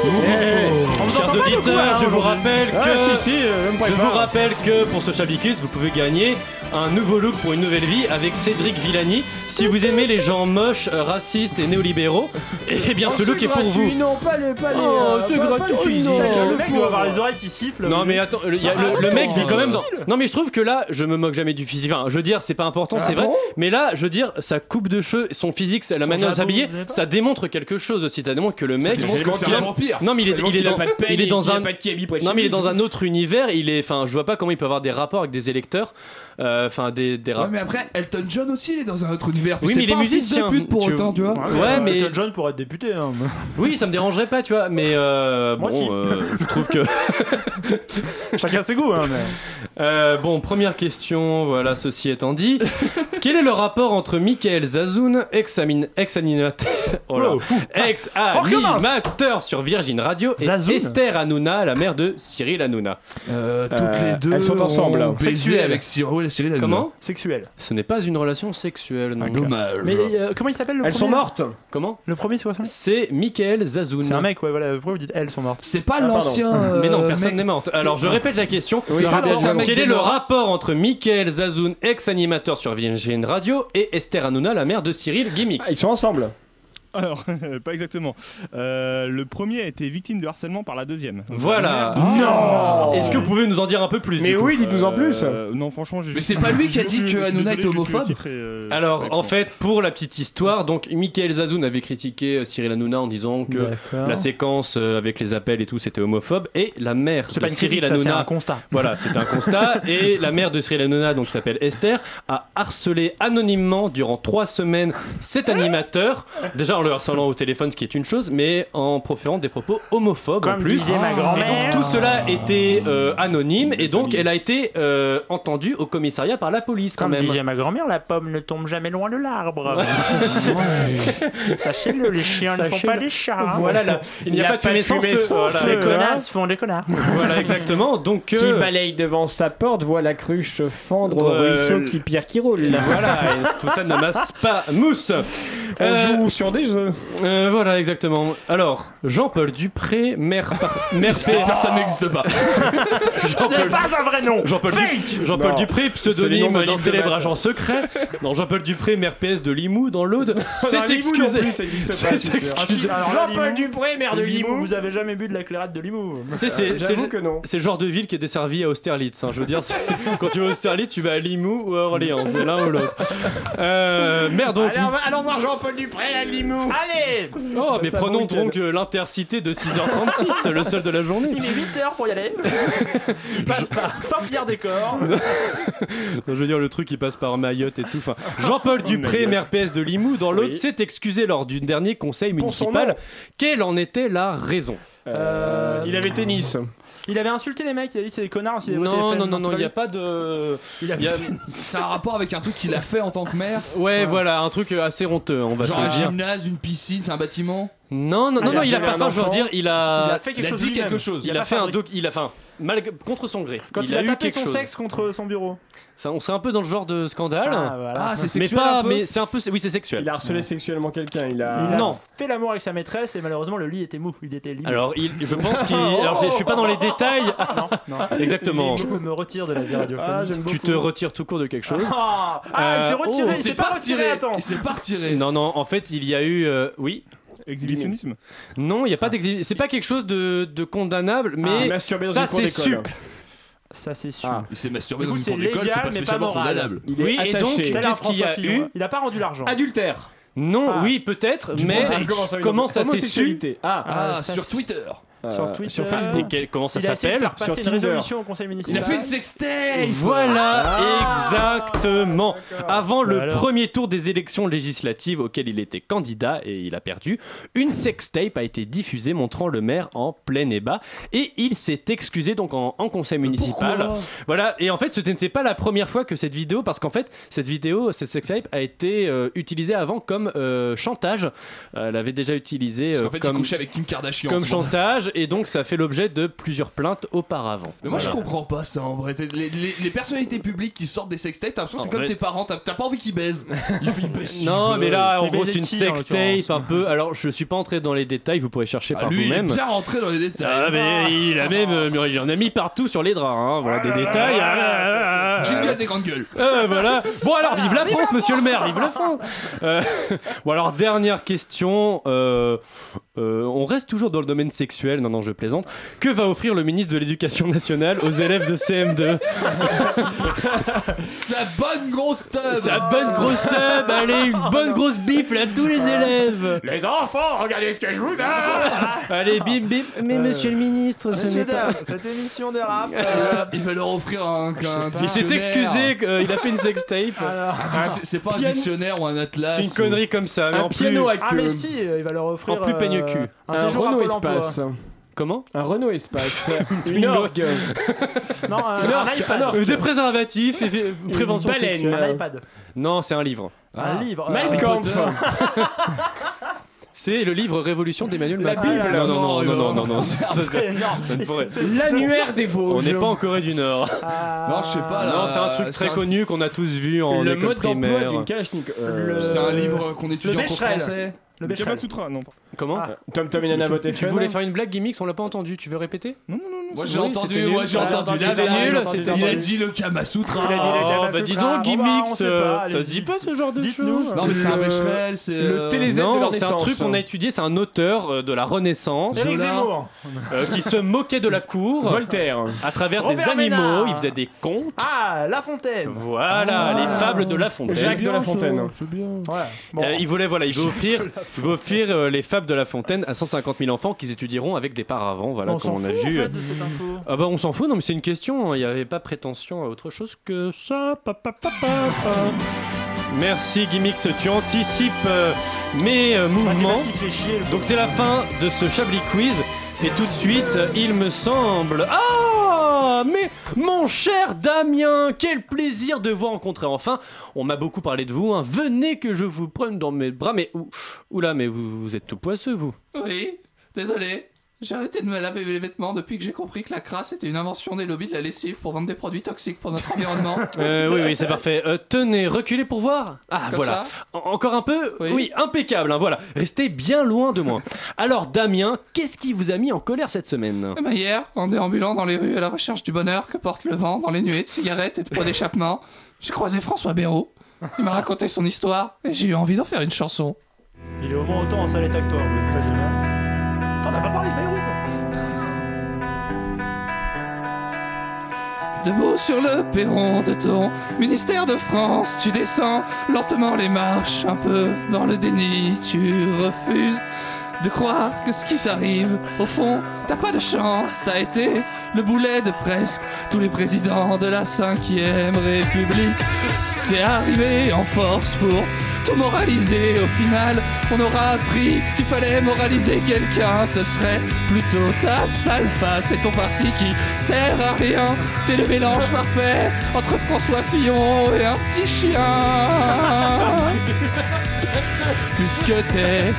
Speaker 15: On vous
Speaker 1: Chers
Speaker 15: entend pas beaucoup,
Speaker 1: auditeurs,
Speaker 15: hein,
Speaker 1: je vous
Speaker 15: aujourd'hui.
Speaker 1: rappelle que
Speaker 15: Ouais, si, si, euh, même pas
Speaker 1: je
Speaker 15: une part.
Speaker 1: vous rappelle que pour ce Chablis Quiz, vous pouvez gagner un nouveau look pour une nouvelle vie avec Cédric Villani. Si vous aimez les gens moches, euh, racistes et néolibéraux, eh bien ce look est pour vous.
Speaker 10: Non, pas les. Pas les
Speaker 1: Oh,
Speaker 10: euh,
Speaker 1: c'est
Speaker 10: pas- pas
Speaker 1: gratuit,
Speaker 10: le film,
Speaker 1: dis donc.
Speaker 10: non,
Speaker 1: Le mec doit avoir
Speaker 3: les oreilles qui sifflent.
Speaker 1: Non mais attends, le, il y a-
Speaker 10: Ah,
Speaker 1: le- le
Speaker 10: attends,
Speaker 1: mec vit quand même dans...
Speaker 10: style.
Speaker 1: Non mais je trouve que là, je me moque jamais du physique. Enfin, je veux dire, c'est pas important,
Speaker 10: Ah
Speaker 1: c'est vrai.
Speaker 10: bon
Speaker 1: mais là, je veux dire, sa coupe de cheveux, son physique, la
Speaker 10: Son
Speaker 1: manière de
Speaker 10: jabot,
Speaker 1: s'habiller,
Speaker 10: vous savez pas
Speaker 1: ça démontre quelque chose aussi. Ça démontre que le
Speaker 10: Ça
Speaker 1: mec,
Speaker 10: démontre que c'est
Speaker 1: qu'il
Speaker 10: un
Speaker 1: aime-
Speaker 10: vampire.
Speaker 1: Non mais il
Speaker 10: Ça
Speaker 1: est,
Speaker 10: démontre
Speaker 1: il est
Speaker 10: qu'il a
Speaker 1: dans,
Speaker 10: pas de pelle
Speaker 1: il est
Speaker 10: et
Speaker 1: dans
Speaker 10: qu'il a
Speaker 1: un,
Speaker 10: pas de kiabi pour être
Speaker 1: non mais il est
Speaker 10: chez lui.
Speaker 1: dans un autre univers. Il est, enfin, je vois pas comment il peut avoir des rapports avec des électeurs. Euh, Enfin, des, des
Speaker 4: Ouais,
Speaker 1: rapports.
Speaker 4: mais après, Elton John aussi, il est dans un autre univers.
Speaker 1: Oui,
Speaker 4: c'est
Speaker 1: mais il
Speaker 4: pas
Speaker 1: est
Speaker 4: un fils de
Speaker 1: musicien,
Speaker 4: pute pour
Speaker 1: tu-
Speaker 4: autant, tu vois.
Speaker 1: Ouais, Ouais, mais- Elton
Speaker 3: John pourrait être député.
Speaker 1: hein, Oui, ça me dérangerait pas, tu vois. Mais euh, bon, euh, je trouve que
Speaker 3: chacun ses goûts. hein,
Speaker 1: Euh, bon, première question. Voilà, ceci étant dit, quel est le rapport entre Michael Zazoun, ex-amin- ex-animateur, oh là,
Speaker 3: Wow. Ah,
Speaker 1: ex-animateur sur Virgin Radio, et
Speaker 3: Zazoun.
Speaker 1: Esther Hanouna, la mère de Cyril Hanouna
Speaker 4: Euh, toutes
Speaker 1: Euh,
Speaker 4: les deux ont
Speaker 1: hein.
Speaker 4: baisé
Speaker 1: Sexuelle.
Speaker 4: avec Cyril- ouais, Cyril Hanouna.
Speaker 1: Comment
Speaker 3: Sexuelle.
Speaker 1: Ce n'est pas une relation sexuelle, non.
Speaker 4: Dommage.
Speaker 3: Mais euh, comment il s'appelle le
Speaker 1: Elles
Speaker 3: premier
Speaker 1: sont mortes. Comment
Speaker 3: Le premier, c'est quoi son nom
Speaker 1: C'est Michael Zazoun.
Speaker 3: C'est un mec, euh, ouais, voilà. Pourquoi vous dites elles sont mortes
Speaker 4: C'est pas euh,
Speaker 1: Ah, pardon. Mais non, personne n'est morte. Alors je répète la question.
Speaker 3: C'est pas l'ancien mec
Speaker 1: Quel
Speaker 3: des
Speaker 1: est le
Speaker 3: morts.
Speaker 1: rapport entre Michael Zazoun, ex-animateur sur Virgin Radio, et Esther Hanouna, la mère de Cyril Gimmicks
Speaker 10: Ah, ils sont ensemble.
Speaker 18: Alors, pas exactement. Euh, le premier a été victime de harcèlement par la deuxième.
Speaker 1: Voilà. Non Est-ce que vous pouvez nous en dire un peu plus du coup
Speaker 18: Euh, Non, franchement, j'ai
Speaker 1: Mais
Speaker 18: juste-
Speaker 1: c'est pas lui
Speaker 18: je-
Speaker 1: qui a
Speaker 18: je-
Speaker 1: dit
Speaker 18: je-
Speaker 1: que
Speaker 18: je suis désolé,
Speaker 1: Hanouna était
Speaker 18: juste le
Speaker 1: homophobe
Speaker 18: titre est, euh,
Speaker 1: Alors,
Speaker 18: d'accord.
Speaker 1: en fait, pour la petite histoire, donc Michael Zazoun avait critiqué euh, Cyril Hanouna en disant que
Speaker 3: D'accord.
Speaker 1: la séquence euh, avec les appels et tout c'était homophobe. Et la mère de
Speaker 3: pas une
Speaker 1: Cyril
Speaker 3: critique, ça, c'est
Speaker 1: Hanouna,
Speaker 3: un constat.
Speaker 1: Voilà, c'est un constat. et la mère de Cyril Hanouna, donc qui s'appelle Esther, a harcelé anonymement durant trois semaines cet animateur. Déjà en le harcelant au téléphone, ce qui est une chose, mais en proférant des propos homophobes en plus.
Speaker 3: disait ma grand-mère.
Speaker 1: Et donc tout cela était euh, anonyme et donc elle a été euh, entendue au commissariat par la police quand
Speaker 3: Comme
Speaker 1: même.
Speaker 3: disait ma grand-mère, la pomme ne tombe jamais loin de l'arbre. Sachez-le, les chiens ne font
Speaker 1: Sachez-le.
Speaker 3: pas des chats.
Speaker 1: Voilà, là. Il n'y a pas de fumée sans feu. Voilà.
Speaker 3: Les
Speaker 1: Hein.
Speaker 3: connasses font des connards.
Speaker 1: Voilà, exactement. Donc,
Speaker 10: Qui
Speaker 1: euh,
Speaker 10: balaye devant sa porte, voit la cruche se fendre au
Speaker 1: Euh,
Speaker 10: ruisseau
Speaker 1: le-
Speaker 10: qui pierre qui roule.
Speaker 1: Voilà, et tout ça ne masse pas mousse. Euh,
Speaker 10: On joue sur des jeux.
Speaker 1: voilà, exactement. Alors, Jean-Paul Dupré, maire, par- maire
Speaker 4: Cette personne n'existe pas.
Speaker 1: Jean-Paul-
Speaker 3: un vrai nom.
Speaker 1: Jean-Paul Dupré, Jean-Paul
Speaker 3: Non.
Speaker 1: Dupré,
Speaker 3: C'est les noms
Speaker 1: pseudonyme
Speaker 3: de
Speaker 1: d'un
Speaker 3: danse de
Speaker 1: célèbre
Speaker 3: maths.
Speaker 1: agent secret. Non, Jean-Paul Dupré, maire PS de Limoux dans l'Aude. C'est
Speaker 3: Limoux non
Speaker 1: excusé.
Speaker 3: plus, ça existe pas,
Speaker 1: C'est
Speaker 3: je suis sûr.
Speaker 1: excusé.
Speaker 3: Alors là, Jean-Paul Limoux-
Speaker 10: Dupré, maire de
Speaker 3: Limoux,
Speaker 10: Limoux.
Speaker 3: Vous avez jamais bu de la clairette de Limoux
Speaker 1: C'est c'est- c'est
Speaker 3: J'avoue
Speaker 1: le, c'est le genre de ville qui est desservie à Austerlitz. hein. Je veux dire, c'est- quand tu vas à Austerlitz, tu vas à Limoux ou à Orléans. C'est l'un ou l'autre. Euh, maire donc.
Speaker 10: Alors, allons voir Jean-Paul Dupré à Limoux. Allez
Speaker 1: Oh, mais prenons donc euh, l'intercité de 6h36, le seul de la journée.
Speaker 3: Il met 8 heures pour y aller. Il passe par Saint-Pierre-des-Corps.
Speaker 1: Non, je veux dire, le truc, il passe par Mayotte et tout. Enfin, Jean-Paul Dupré,
Speaker 3: Mayotte.
Speaker 1: maire PS de Limoux, dans l'autre,
Speaker 3: Oui.
Speaker 1: s'est excusé lors du dernier conseil
Speaker 3: Pour son nom.
Speaker 1: municipal. Quelle en était la raison Euh,
Speaker 10: Il avait tennis.
Speaker 3: Il avait insulté les mecs, il a dit c'est des connards aussi.
Speaker 1: Non, non, non, non, il n'y a pas de.
Speaker 4: Il
Speaker 1: y a-
Speaker 4: C'est un rapport avec un truc qu'il a fait en tant que maire.
Speaker 1: Ouais, voilà, un truc euh, assez honteux, on va
Speaker 4: Genre
Speaker 1: se
Speaker 4: un
Speaker 1: le dire.
Speaker 4: gymnase, une piscine, c'est un bâtiment.
Speaker 1: Non, non, non,
Speaker 4: Ah, il a
Speaker 1: non, il a
Speaker 4: violé
Speaker 1: pas
Speaker 4: un
Speaker 1: faim, je veux
Speaker 4: enfant.
Speaker 1: dire, il a.
Speaker 4: Il a fait quelque chose
Speaker 1: dit
Speaker 4: lui-même.
Speaker 1: quelque chose.
Speaker 4: Il
Speaker 1: Il, a,
Speaker 4: a pas
Speaker 1: fait un
Speaker 4: fabriqué.
Speaker 1: doc. Il a fait un- mal- contre son gré.
Speaker 3: Quand il, a,
Speaker 1: eu
Speaker 3: tapé
Speaker 1: quelque
Speaker 3: son
Speaker 1: chose.
Speaker 3: sexe contre son bureau.
Speaker 1: Ça, on serait un peu dans le genre de scandale.
Speaker 3: Ah, voilà. Ah, c'est
Speaker 1: Mais
Speaker 3: sexuel
Speaker 1: pas,
Speaker 3: un peu
Speaker 1: mais c'est un peu. Oui, c'est sexuel.
Speaker 10: Il a harcelé sexuellement quelqu'un. Il a.
Speaker 3: Il a fait l'amour avec sa maîtresse et malheureusement le lit était mou, il était libre.
Speaker 1: Alors, il, je pense qu'il. Alors, je, je suis pas dans les détails.
Speaker 3: Non.
Speaker 1: Exactement.
Speaker 3: Je me retire de la vie radiophonique.
Speaker 1: tu te retires tout court de quelque chose.
Speaker 3: Ah, ah, il s'est retiré, il s'est pas retiré, attends.
Speaker 1: Il s'est pas retiré. Non, non, en fait, il y a eu. euh, oui.
Speaker 18: Exhibitionnisme.
Speaker 1: Non, il n'y a pas d'exhibitionnisme. C'est pas quelque chose de, de condamnable,
Speaker 3: Ah,
Speaker 1: mais
Speaker 3: c'est masturbé dans
Speaker 1: ça
Speaker 3: une cour
Speaker 1: c'est
Speaker 3: d'école.
Speaker 1: su.
Speaker 3: Ça c'est sûr.
Speaker 1: Ah.
Speaker 4: Il s'est masturbé
Speaker 3: Du
Speaker 4: dans
Speaker 3: coup,
Speaker 4: une
Speaker 3: c'est
Speaker 4: cour d'école, c'est
Speaker 3: légal
Speaker 4: pas
Speaker 3: mais pas
Speaker 4: spécialement
Speaker 3: moral.
Speaker 4: condamnable.
Speaker 1: Oui, et donc, qu'est-ce qu'il y a eu
Speaker 3: hein. Il a pas rendu l'argent.
Speaker 1: Ah,
Speaker 10: Adultère.
Speaker 1: Non, oui, peut-être,
Speaker 3: Du
Speaker 1: mais
Speaker 3: bondage. Comment ça, une
Speaker 1: comment ça s'est su
Speaker 10: homosexualité Ah,
Speaker 4: Ah,
Speaker 3: ça,
Speaker 4: sur
Speaker 3: c'est-
Speaker 4: Twitter.
Speaker 3: Sur Twitter.
Speaker 1: Euh, sur Facebook. Et comment ça
Speaker 3: Il a essayé de
Speaker 1: s'appelle
Speaker 3: faire passer une résolution au conseil
Speaker 4: Il
Speaker 3: municipal.
Speaker 4: a fait une sextape. Ah.
Speaker 1: Voilà, exactement. Avant le
Speaker 3: alors.
Speaker 1: premier tour des élections législatives auxquelles il était candidat et il a perdu, une sextape a été diffusée montrant le maire en plein ébat et il s'est excusé donc en, en conseil municipal.
Speaker 4: pourquoi
Speaker 1: voilà, et en fait, ce n'était pas la première fois que cette vidéo, parce qu'en fait, cette vidéo, cette sextape a été euh, utilisée avant comme euh, chantage. Euh, Elle avait déjà utilisé
Speaker 4: Parce
Speaker 1: euh,
Speaker 4: qu'en fait, il
Speaker 1: comme,
Speaker 4: couchait avec Kim Kardashian. en
Speaker 1: comme
Speaker 4: ce moment.
Speaker 1: chantage et donc ça fait l'objet de plusieurs plaintes auparavant.
Speaker 4: Mais moi je
Speaker 1: Voilà.
Speaker 4: comprends pas ça en vrai. Les, les- les personnalités publiques qui sortent des sextapes, t'as l'impression que c'est
Speaker 1: En
Speaker 4: comme
Speaker 1: vrai-
Speaker 4: tes parents, t'as t'as pas envie qu'ils baisent.
Speaker 1: Non, mais là, en
Speaker 4: Les
Speaker 1: gros,
Speaker 4: baisers
Speaker 1: c'est une
Speaker 4: qui, en
Speaker 1: sextape un peu. Alors, je suis pas entré dans les détails, vous pourrez chercher
Speaker 4: Ah,
Speaker 1: par
Speaker 4: lui, il est
Speaker 1: vous-même.
Speaker 4: bien rentré dans les détails.
Speaker 1: Ah, mais il a même. euh, Il en a mis partout sur les draps, hein. Voilà, des détails. ah, ah, ah,
Speaker 4: Jingle des grandes gueules.
Speaker 1: euh, voilà. Bon alors vive la France, monsieur le maire, vive la France. Euh, bon alors dernière question. euh, euh, on reste toujours dans le domaine sexuel. Non non, je plaisante. Que va offrir le ministre de l'Éducation nationale aux élèves de CM2
Speaker 4: Sa bonne grosse teub Ah,
Speaker 1: Sa bonne grosse teub, allez une bonne grosse bifle à tous les élèves.
Speaker 10: Les enfants, regardez ce que je vous donne
Speaker 1: Allez bim bim. Euh, Mais monsieur le ministre, ce n'est pas.
Speaker 3: cette émission dérape.
Speaker 4: Il va leur offrir un. un
Speaker 1: Il s'est
Speaker 4: dictionnaire.
Speaker 1: excusé, euh, il a fait une sextape.
Speaker 4: Un dic- c'est- C'est pas un
Speaker 1: piano-
Speaker 4: dictionnaire ou un atlas.
Speaker 1: C'est une
Speaker 4: ou-
Speaker 1: connerie comme ça. mais en plus-
Speaker 3: Ah mais si, euh, il va leur offrir.
Speaker 1: En plus
Speaker 3: euh,
Speaker 1: peigne cul.
Speaker 3: Un,
Speaker 10: Un
Speaker 3: séjour à
Speaker 10: Renault
Speaker 3: Pôle emploi.
Speaker 10: Espace.
Speaker 1: Comment
Speaker 10: Un Renault Espace. Une
Speaker 1: Twingo.
Speaker 10: orgue.
Speaker 3: Non, un,
Speaker 1: Une
Speaker 3: un
Speaker 1: orque,
Speaker 3: iPad.
Speaker 1: un orque. Euh, Des préservatifs et fait- prévention
Speaker 10: baleine.
Speaker 1: sexuelle.
Speaker 3: Un iPad.
Speaker 1: Non, c'est un livre.
Speaker 3: Un livre. euh,
Speaker 10: Ah, Mein Kampf.
Speaker 1: C'est le livre Révolution d'Emmanuel
Speaker 10: La
Speaker 1: Macron.
Speaker 10: Bible.
Speaker 1: Non, non, non, non,
Speaker 4: Non,
Speaker 1: non,
Speaker 4: non,
Speaker 1: non, non.
Speaker 4: c'est
Speaker 1: ça- ça-
Speaker 3: énorme.
Speaker 1: ça ne pourrait-
Speaker 10: L'annuaire des
Speaker 1: On
Speaker 10: Vosges. Ah,
Speaker 1: n'est pas en Corée du Nord.
Speaker 4: Non, je sais pas. là,
Speaker 1: non, c'est un truc
Speaker 4: c'est
Speaker 1: très connu qu'on a tous vu en
Speaker 10: Le
Speaker 1: école
Speaker 10: mode d'emploi
Speaker 1: primaire.
Speaker 10: d'une Kalachnikov.
Speaker 3: Le-
Speaker 4: C'est un livre qu'on étudie
Speaker 3: Euh, Le
Speaker 4: en cours
Speaker 3: Becherel.
Speaker 4: français.
Speaker 3: Le
Speaker 18: Le
Speaker 3: Becherel.
Speaker 18: Kama Sutra, non.
Speaker 1: Comment
Speaker 10: Ah. Tom Tom et Nana Bot
Speaker 1: Tu voulais faire une blague gimmicks, on l'a pas entendu. Tu veux répéter
Speaker 18: Non, non, non, non.
Speaker 4: Moi j'ai
Speaker 1: Oui,
Speaker 4: entendu,
Speaker 1: c'était
Speaker 4: moi
Speaker 1: nul.
Speaker 4: j'ai
Speaker 1: Ah,
Speaker 4: entendu.
Speaker 1: c'était
Speaker 4: C'était
Speaker 1: nul,
Speaker 4: nul.
Speaker 1: c'était
Speaker 4: Il a
Speaker 1: nul.
Speaker 4: dit le Kamasutra.
Speaker 10: Ah,
Speaker 1: Il a dit le Kama
Speaker 4: bah dis
Speaker 1: Sutra.
Speaker 4: donc,
Speaker 1: Bon, Oh, bah,
Speaker 4: gimmicks.
Speaker 1: on sait
Speaker 4: euh,
Speaker 1: pas,
Speaker 4: ça se
Speaker 1: allez-y.
Speaker 4: dit pas.
Speaker 10: ce genre de choses.
Speaker 4: Non, mais c'est un Becherel, c'est. euh,
Speaker 1: Non, c'est un truc qu'on a étudié, c'est un auteur euh, de la Renaissance
Speaker 10: Éric
Speaker 1: Zola,
Speaker 10: Zemmour.
Speaker 1: euh, qui se moquait de la cour
Speaker 10: Voltaire.
Speaker 1: à travers des
Speaker 10: Robert
Speaker 1: animaux,
Speaker 10: Ménard.
Speaker 1: il faisait des contes.
Speaker 3: Ah, La Fontaine
Speaker 1: Voilà, les fables de La Fontaine.
Speaker 10: Ah. Jacques de La Fontaine.
Speaker 14: C'est bien.
Speaker 1: Euh, il voulait, voilà, il veut offrir, il veut offrir euh, les fables de La Fontaine à 150 000 enfants qu'ils étudieront avec des paravents, voilà,
Speaker 3: on
Speaker 1: comme on
Speaker 3: s'en fout
Speaker 1: a
Speaker 3: en
Speaker 1: vu.
Speaker 3: fait de cette info.
Speaker 1: Ah bah on s'en fout, non mais c'est une question, hein. il n'y avait pas prétention à autre chose que ça. pa, pa, pa, pa, pa. Merci Gimmicks, tu anticipes euh, mes euh, mouvements.
Speaker 3: Bah, parce qu'il se fait chier, le
Speaker 1: Donc c'est la fin de ce Chablis Quiz. Et tout de suite, euh, il me semble... Ah Mais mon cher Damien, quel plaisir de vous rencontrer enfin. On m'a beaucoup parlé de vous. hein. Venez que je vous prenne dans mes bras. Mais ou- oula, mais vous, vous êtes tout poisseux, vous.
Speaker 4: Oui, désolé. J'ai arrêté de me laver les vêtements depuis que j'ai compris que la crasse était une invention des lobbies de la lessive pour vendre des produits toxiques pour notre environnement.
Speaker 1: Euh, oui, oui, c'est parfait. Euh, tenez, reculez pour voir. Ah,
Speaker 4: Comme
Speaker 1: voilà.
Speaker 4: ça
Speaker 1: En- Encore un peu oui. impeccable. hein, voilà. Restez bien loin de moi. Alors, Damien, qu'est-ce qui vous a mis en colère cette semaine
Speaker 4: Eh ben, hier, en déambulant dans les rues à la recherche du bonheur que porte le vent dans les nuées de cigarettes et de pots d'échappement, j'ai croisé François Béraud. Il m'a raconté son histoire et j'ai eu envie d'en faire une chanson.
Speaker 3: Il est au moins autant en salette que toi. mais ça, c'est vrai. T'en as pas parlé de Bayrou
Speaker 4: Debout sur le perron de ton ministère de France, tu descends lentement les marches, un peu dans le déni. Tu refuses de croire que ce qui t'arrive, au fond, t'as pas de chance. T'as été le boulet de presque tous les présidents de la 5ème République. T'es arrivé en force pour tout moraliser. Au final, on aura appris que s'il fallait moraliser quelqu'un, ce serait plutôt ta sale face et ton parti qui sert à rien. T'es le mélange parfait entre François Fillon et un petit chien. Puisque t'es.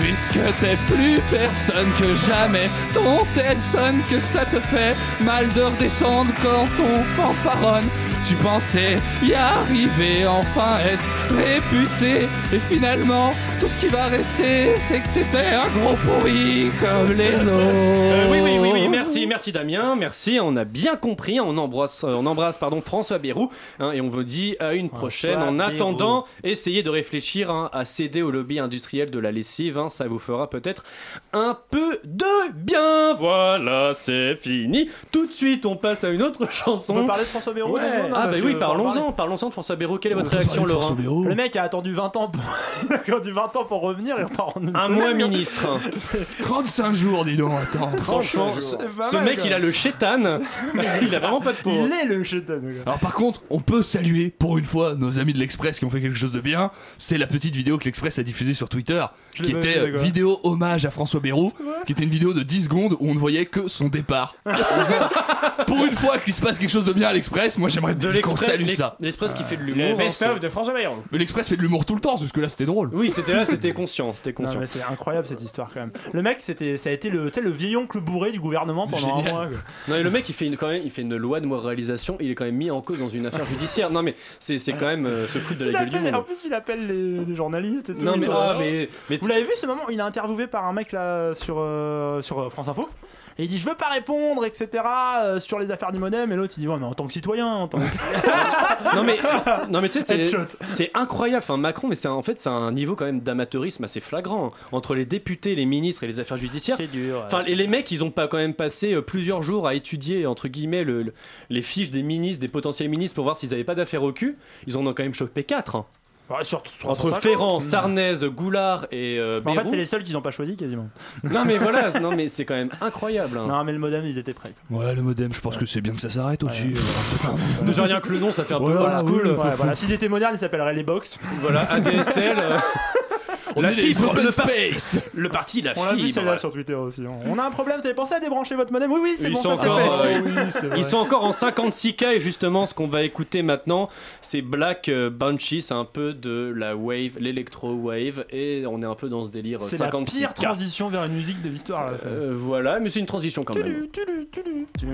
Speaker 4: Puisque t'es plus personne que jamais, ton tel sonne que ça te fait mal de redescendre quand on fanfaronne. Tu pensais y arriver, enfin être réputé, et finalement tout ce qui va rester, c'est que t'étais un gros pourri comme les autres.
Speaker 1: Euh, oui, oui, oui, oui, merci, merci Damien, merci, on a bien compris, on embrasse, euh, on embrasse pardon, François Bérou, hein, et on vous dit à une prochaine. En
Speaker 3: Bérou.
Speaker 1: attendant, essayez de réfléchir hein, à céder au lobby industriel de la lessive, hein, ça vous fera peut-être un peu de bien. Voilà, c'est fini. Tout de suite, on passe à une autre chanson.
Speaker 3: On peut parler de François Bayrou
Speaker 1: Ouais.
Speaker 3: d'ailleurs, non,
Speaker 1: Ah bah
Speaker 3: parce
Speaker 1: oui,
Speaker 3: que- faut en
Speaker 1: parlons-en,
Speaker 3: parler.
Speaker 1: parlons-en de François Bérou. Quelle est votre réaction, Laurent
Speaker 3: Le mec a attendu 20 ans pour, il a attendu 20 ans pour revenir et on part en une
Speaker 1: Un
Speaker 3: semaine.
Speaker 1: mois ministre.
Speaker 4: 35 jours, dis donc, attends.
Speaker 1: Franchement, ce,
Speaker 3: C'est pas
Speaker 1: ce
Speaker 3: mal,
Speaker 1: mec,
Speaker 3: quoi.
Speaker 1: il a le chétan. il a vraiment pas de peau. hein.
Speaker 3: Il est le chétan, le gars.
Speaker 4: Alors par contre, on peut saluer pour une fois nos amis de l'Express qui ont fait quelque chose de bien. C'est la petite vidéo que l'Express a diffusée sur Twitter,
Speaker 3: Je
Speaker 4: qui
Speaker 3: l'ai pas
Speaker 4: était
Speaker 3: vu,
Speaker 4: euh,
Speaker 3: d'accord.
Speaker 4: vidéo hommage à François Bayrou,
Speaker 3: vrai
Speaker 4: qui était une vidéo de 10 secondes où on ne voyait que son départ. pour une fois qu'il se passe quelque chose de bien à l'Express, moi j'aimerais bien qu'on
Speaker 1: L'express-
Speaker 4: salue
Speaker 1: l'ex-
Speaker 4: ça.
Speaker 1: L'Express qui fait de
Speaker 10: Le
Speaker 1: l'humour. hein, c'est-
Speaker 10: best-of de François Bayrou.
Speaker 4: Mais l'Express fait de l'humour tout le temps, parce que là c'était drôle.
Speaker 1: Oui, c'était là, c'était conscient, c'était
Speaker 3: Non,
Speaker 1: conscient.
Speaker 3: mais c'est incroyable cette histoire quand même. Le mec, c'était, ça a été le, tu sais, le vieil oncle bourré du gouvernement pendant
Speaker 1: Génial.
Speaker 3: un mois. quoi.
Speaker 1: Non, mais le mec, il fait une, quand même, il fait une loi de moralisation. Il est quand même mis en cause dans une affaire judiciaire. Non, mais c'est, c'est quand même euh, se foutre de
Speaker 3: Il
Speaker 1: la gueule du
Speaker 3: appelle- en
Speaker 1: monde.
Speaker 3: plus, il appelle les, les journalistes et tout.
Speaker 1: Non, mais,
Speaker 3: Il-
Speaker 1: ah, mais, mais
Speaker 3: euh, Vous l'avez vu ce moment Il est interviewé par un mec là sur, euh, sur euh, France Info. Et il dit je veux pas répondre etc euh, sur les affaires du modem et l'autre il dit ouais mais en tant que citoyen en tant que...
Speaker 1: non mais non mais tu sais c'est-
Speaker 3: Headshot.
Speaker 1: c'est incroyable enfin Macron mais c'est un- en fait c'est un niveau quand même d'amateurisme assez flagrant hein. entre les députés les ministres et les affaires judiciaires
Speaker 3: C'est dur, ouais,
Speaker 1: enfin
Speaker 3: c'est
Speaker 1: et les mecs ils ont pas quand même passé euh, plusieurs jours à étudier entre guillemets le- le- les fiches des ministres des potentiels ministres pour voir s'ils avaient pas d'affaires au cul ils en ont quand même chopé hein. 4
Speaker 3: Ouais, sur- sur-
Speaker 1: entre
Speaker 3: 150.
Speaker 4: Mmh.
Speaker 1: Ferrand Sarnez Goulard et euh,
Speaker 3: Mais en fait
Speaker 1: Bayrou.
Speaker 3: c'est les seuls qu'ils ont pas choisi quasiment.
Speaker 1: non mais voilà non mais c'est quand même incroyable hein.
Speaker 3: Non mais le modem ils étaient prêts.
Speaker 4: Ouais, le modem, je pense que c'est bien que ça s'arrête aussi.
Speaker 1: déjà rien que le nom ça fait un peu
Speaker 4: Ouais,
Speaker 1: old
Speaker 4: voilà,
Speaker 1: school
Speaker 4: oui,
Speaker 3: Ouais, voilà s'ils étaient modernes ils s'appelleraient les box.
Speaker 1: voilà ADSL euh,
Speaker 4: On
Speaker 1: La
Speaker 4: est les
Speaker 1: fibre,
Speaker 4: open
Speaker 1: le par-
Speaker 4: space
Speaker 1: le parti la
Speaker 3: On l'a vu
Speaker 1: fibre.
Speaker 3: celle-là sur Twitter aussi. hein. On a un problème, vous avez pensé à débrancher votre modem Oui oui c'est
Speaker 1: Ils
Speaker 3: bon
Speaker 1: sont
Speaker 3: ça c'est
Speaker 1: encore,
Speaker 3: fait.
Speaker 1: euh,
Speaker 3: c'est vrai.
Speaker 1: Ils sont encore en 56K et justement ce qu'on va écouter maintenant c'est Black euh, Banshee, c'est un peu de la wave, l'électro wave et on est un peu dans ce délire
Speaker 3: C'est
Speaker 1: 56K.
Speaker 3: la pire transition vers une musique de l'histoire là. ça.
Speaker 1: Euh, voilà, mais c'est une transition quand même.
Speaker 3: Tudu, tudu, tudu, tudu.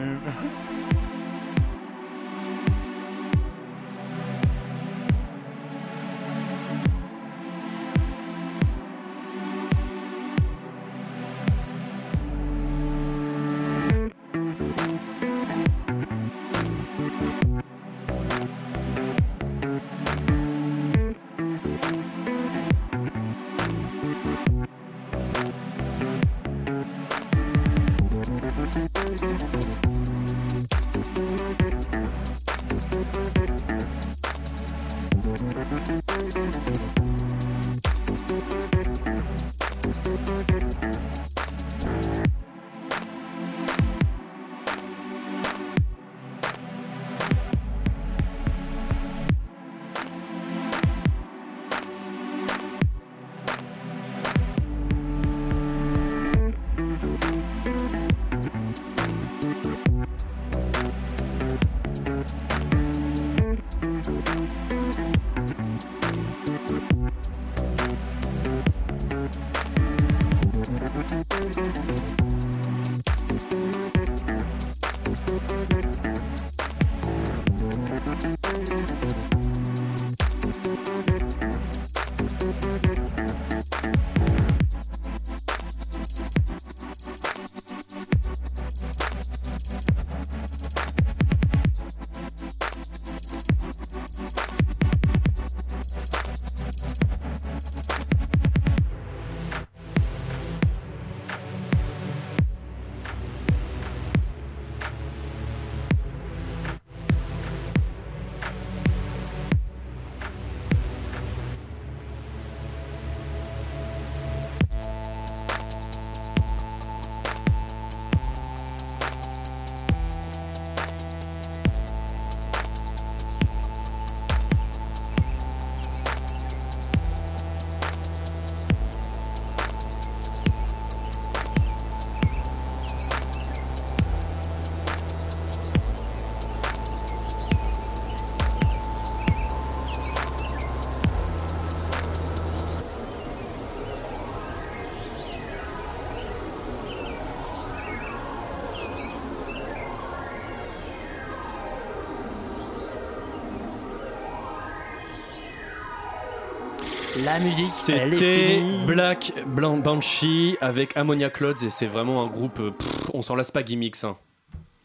Speaker 3: La musique, elle est
Speaker 1: C'était
Speaker 3: finie.
Speaker 1: Black Blan- Banshee avec Ammonia Clouds et c'est vraiment un groupe. euh, pff, on s'en lasse pas gimmicks. Hein.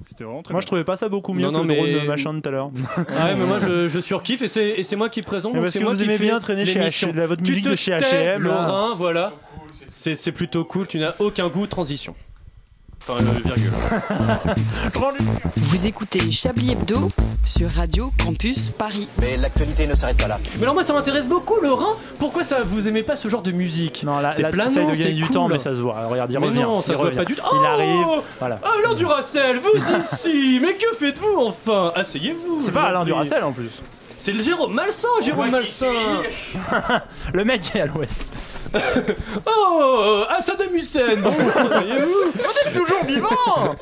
Speaker 18: C'était vraiment
Speaker 3: Moi, je trouvais pas ça beaucoup mieux
Speaker 1: Non, non,
Speaker 3: que
Speaker 1: mais-
Speaker 3: le drone machin de tout à l'heure.
Speaker 1: Ah ouais, mais moi je, je surkiffe et c'est et c'est moi qui présente.
Speaker 3: Mais
Speaker 1: donc
Speaker 3: parce
Speaker 1: c'est
Speaker 3: que
Speaker 1: moi
Speaker 3: vous
Speaker 1: qui
Speaker 3: aimez
Speaker 1: fais
Speaker 3: bien traîner chez
Speaker 1: l'émission.
Speaker 3: H- la- votre
Speaker 1: Tu
Speaker 3: musique
Speaker 1: te
Speaker 3: de chez
Speaker 1: tais,
Speaker 3: H&M, là.
Speaker 1: Laurent, voilà. C'est c'est plutôt cool, tu n'as aucun goût transition. Enfin, euh, virgule.
Speaker 9: Vous écoutez Chablis Hebdo sur Radio Campus Paris. Mais l'actualité ne s'arrête pas là.
Speaker 1: Mais alors moi ça m'intéresse beaucoup Laurent, pourquoi ça vous aimez pas ce genre de musique Non
Speaker 3: Là, là, t'essayes de gagner du temps, mais ça se voit. Alors, regarde, il revient.
Speaker 1: non, ça se
Speaker 3: il
Speaker 1: voit
Speaker 3: revient.
Speaker 1: pas du tout.
Speaker 3: Il
Speaker 1: Oh
Speaker 3: arrive. Voilà.
Speaker 1: Alain Duracel, vous ici Mais que faites-vous enfin Asseyez-vous
Speaker 3: C'est pas Alain Duracel, en
Speaker 1: plus. C'est le Jérôme Malsain, Jérôme Malsain
Speaker 3: Le mec est à l'ouest.
Speaker 1: Oh euh, Assad Musen Bonjour, voyez-vous
Speaker 3: On est toujours vivant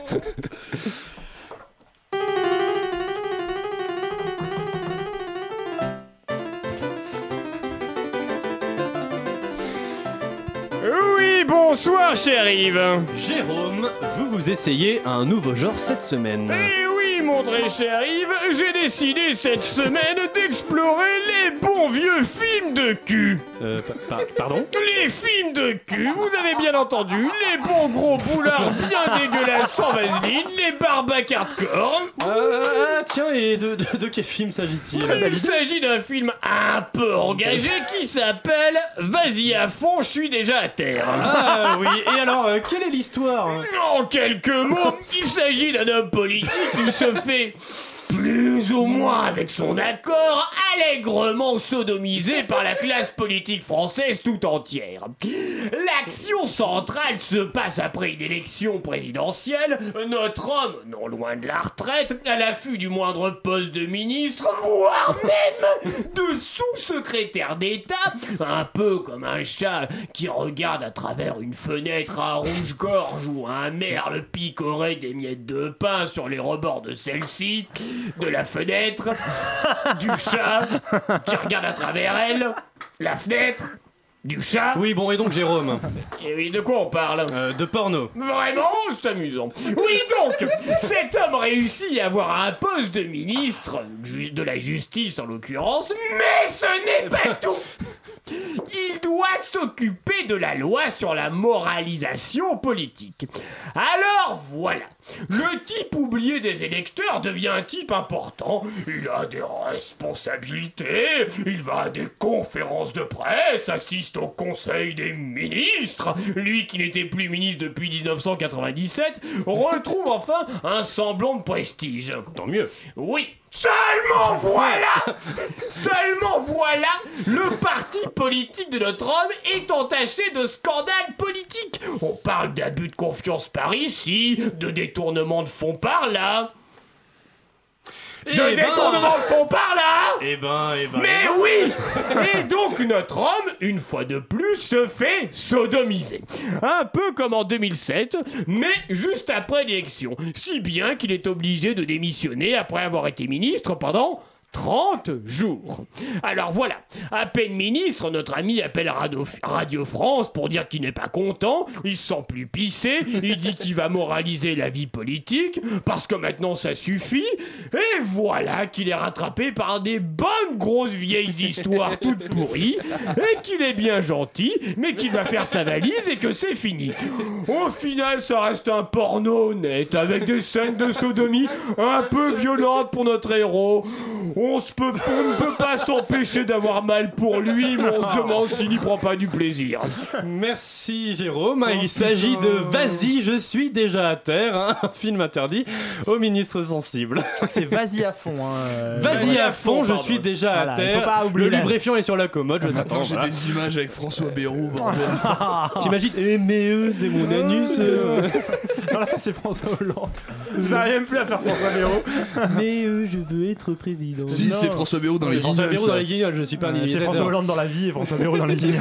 Speaker 10: Oui, bonsoir, chérif.
Speaker 1: Jérôme, vous vous essayez à un nouveau genre cette semaine.
Speaker 10: Eh oui, mon très cher Yves, j'ai décidé cette semaine d'explorer les bons vieux films de cul.
Speaker 1: Euh, pa- pa- pardon
Speaker 10: Les films de cul, vous avez bien entendu, les bons gros boulards bien dégueulasses sans vaseline, les barbacs hardcore.
Speaker 1: Euh, ah, tiens, et de, de- de quel film s'agit-il
Speaker 10: Il s'agit d'un film un peu engagé qui s'appelle Vas-y à fond, je suis déjà à terre.
Speaker 1: Ah oui, et alors, euh, quelle est l'histoire
Speaker 10: En quelques mots, il s'agit d'un homme politique qui se fait plus ou moins avec son accord allègrement sodomisé par la classe politique française tout entière. L'action centrale se passe après une élection présidentielle. Notre homme, non loin de la retraite, à l'affût du moindre poste de ministre, voire même de sous-secrétaire d'État, un peu comme un chat qui regarde à travers une fenêtre à rouge-gorge ou un merle picorer des miettes de pain sur les rebords de celle-ci, de la fenêtre, du chat qui regarde à travers elle, la fenêtre, du chat.
Speaker 1: Oui, bon, et donc Jérôme Euh,
Speaker 10: Et oui, de quoi on parle
Speaker 1: De porno.
Speaker 10: Vraiment, c'est amusant. Oui, donc, cet homme réussit à avoir un poste de ministre, ju- de la justice en l'occurrence, mais ce n'est pas tout. Il doit s'occuper de la loi sur la moralisation politique. Alors voilà, le type oublié des électeurs devient un type important. Il a des responsabilités, il va à des conférences de presse, assiste au conseil des ministres. Lui qui n'était plus ministre depuis 1997 retrouve enfin un semblant de prestige.
Speaker 1: Tant mieux.
Speaker 10: Oui. Seulement voilà Seulement voilà Le parti
Speaker 4: euh.
Speaker 10: politique de notre homme est entaché de scandales politiques. On parle d'abus de confiance par ici, de détournement de fonds par là. De
Speaker 1: Eh ben.
Speaker 10: détournement de fonds par là
Speaker 1: Eh ben, eh ben.
Speaker 10: mais oui Et donc notre homme, une fois de plus, se fait sodomiser. Un peu comme en 2007, mais juste après l'élection. Si bien qu'il est obligé de démissionner après avoir été ministre pendant... 30 jours. Alors voilà, à peine ministre, notre ami appelle Radio, Radio France pour dire qu'il n'est pas content, il se sent plus pissé, il dit qu'il va moraliser la vie politique, parce que maintenant ça suffit, et voilà qu'il est rattrapé par des bonnes grosses vieilles histoires toutes pourries, et qu'il est bien gentil, mais qu'il va faire sa valise et que c'est fini. Au final, ça reste un porno honnête, avec des scènes de sodomie un peu violentes pour notre héros. On se peut, on ne peut pas s'empêcher d'avoir mal pour lui, mais on se demande s'il n'y prend pas du plaisir. Oh,
Speaker 1: Merci Jérôme, il s'agit de Vas-y, je suis déjà à terre, hein, un film interdit aux ministres sensibles.
Speaker 3: C'est vas-y à fond. hein, euh,
Speaker 1: Vas-y à fond, je suis déjà
Speaker 3: Voilà,
Speaker 1: à
Speaker 3: il
Speaker 1: terre.
Speaker 3: Faut pas oublier
Speaker 1: le
Speaker 3: la-
Speaker 1: lubrifiant est sur la commode, je t'attends.
Speaker 4: Attends, j'ai
Speaker 1: voilà.
Speaker 4: des images avec François Bayrou, bordel.
Speaker 1: T'imagines Eh mais eux, c'est mon anus euh.
Speaker 3: Non, là, ça, c'est François Hollande. J'arrive même plus à faire François Bayrou.
Speaker 2: Mais euh, je veux être président.
Speaker 4: Si, c'est François Bayrou dans
Speaker 1: C'est
Speaker 4: les
Speaker 1: François
Speaker 4: Guignols,
Speaker 1: Bayrou
Speaker 4: ça.
Speaker 1: dans les guignols, je suis pas un
Speaker 3: Euh, C'est
Speaker 1: illustrateur.
Speaker 3: François Hollande dans la vie et François Bayrou dans les guignols.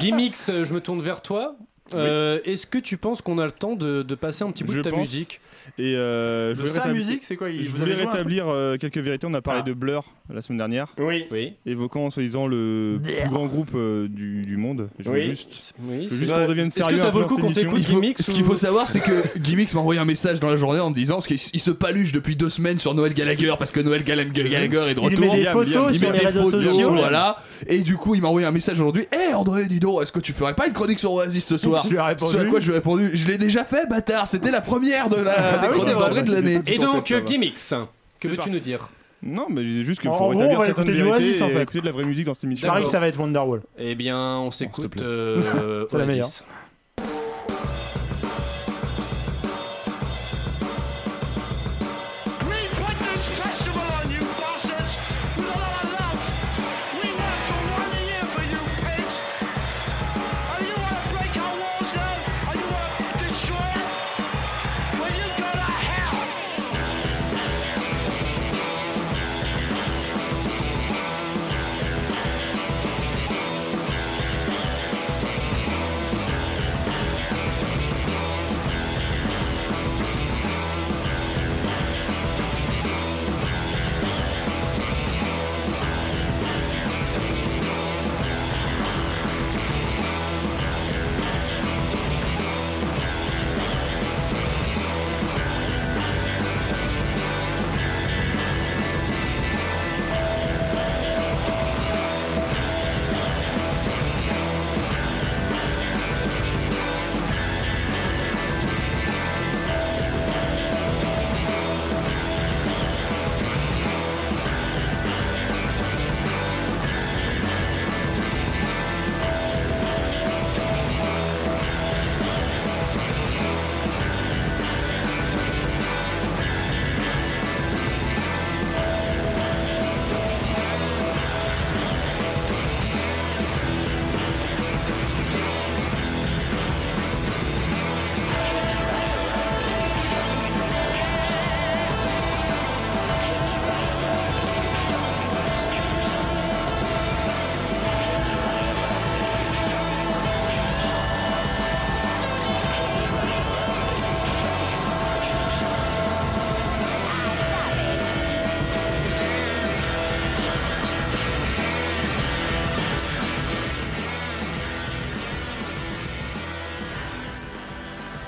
Speaker 1: Gimmicks, euh, je me tourne vers toi. Euh, Est-ce que tu penses qu'on a le temps de, de passer un petit bout
Speaker 18: Je
Speaker 1: de ta
Speaker 18: pense.
Speaker 1: musique
Speaker 18: Et euh, je
Speaker 1: De
Speaker 18: voulais
Speaker 1: sa
Speaker 18: rétabli-
Speaker 1: musique, c'est quoi, il-
Speaker 18: Je
Speaker 1: vous
Speaker 18: voulais
Speaker 1: avez joué un
Speaker 18: rétablir euh, quelques vérités. On a parlé de Blur la semaine dernière.
Speaker 10: Oui.
Speaker 18: Évoquant en soi-disant le plus grand groupe euh, du, du monde. Je veux
Speaker 4: Oui.
Speaker 18: juste,
Speaker 4: Oui,
Speaker 18: je veux
Speaker 4: c'est
Speaker 18: juste
Speaker 4: vrai.
Speaker 18: qu'on revienne
Speaker 4: Est-ce que
Speaker 18: sérieux.
Speaker 4: ça
Speaker 18: un peu
Speaker 4: vaut le
Speaker 18: dans
Speaker 4: coup
Speaker 18: cette
Speaker 4: qu'on
Speaker 18: émission.
Speaker 4: t'écoute,
Speaker 18: Il faut-
Speaker 4: Gimmicks,
Speaker 18: Ce qu'il faut savoir, c'est que
Speaker 4: Gimmicks m'a envoyé un message dans la journée en me disant parce qu'il il se paluche depuis deux semaines sur Noël Gallagher parce que Noël Gall- Gallagher est de
Speaker 18: Il met
Speaker 4: retour.
Speaker 18: des photos sur
Speaker 4: il met
Speaker 18: les
Speaker 4: des
Speaker 18: réseaux
Speaker 4: photos,
Speaker 18: sociaux.
Speaker 4: voilà. Et du coup, il m'a envoyé un message aujourd'hui. Hé André, dis donc, est-ce que tu ferais pas une chronique sur Oasis ce soir
Speaker 18: Tu lui as répondu.
Speaker 4: Ce à quoi je lui ai répondu, je l'ai déjà fait, bâtard. C'était la première de
Speaker 1: Ah
Speaker 4: la des
Speaker 1: oui, c'est
Speaker 4: chroniques
Speaker 1: vrai.
Speaker 4: d'André de l'année.
Speaker 1: Et donc, euh, Gimmicks, que veux-tu
Speaker 18: parti.
Speaker 1: nous dire
Speaker 18: Non, mais je disais juste qu'il
Speaker 1: En
Speaker 18: faut
Speaker 1: gros, on
Speaker 18: rétablir
Speaker 1: va
Speaker 18: certaines
Speaker 1: écouter du
Speaker 18: vérités
Speaker 1: Oasis, en
Speaker 18: et
Speaker 1: fait.
Speaker 18: écouter de la vraie musique dans cette émission.
Speaker 1: D'accord.
Speaker 3: va être Wonderwall.
Speaker 1: Eh bien, on s'écoute euh,
Speaker 3: C'est la
Speaker 1: Oasis.
Speaker 3: meilleure.
Speaker 15: We put this festival on you bastards with all our love. We work for one a year for you pigs. Are you want to break our walls down? Are you want to destroy it? Well, you go to hell.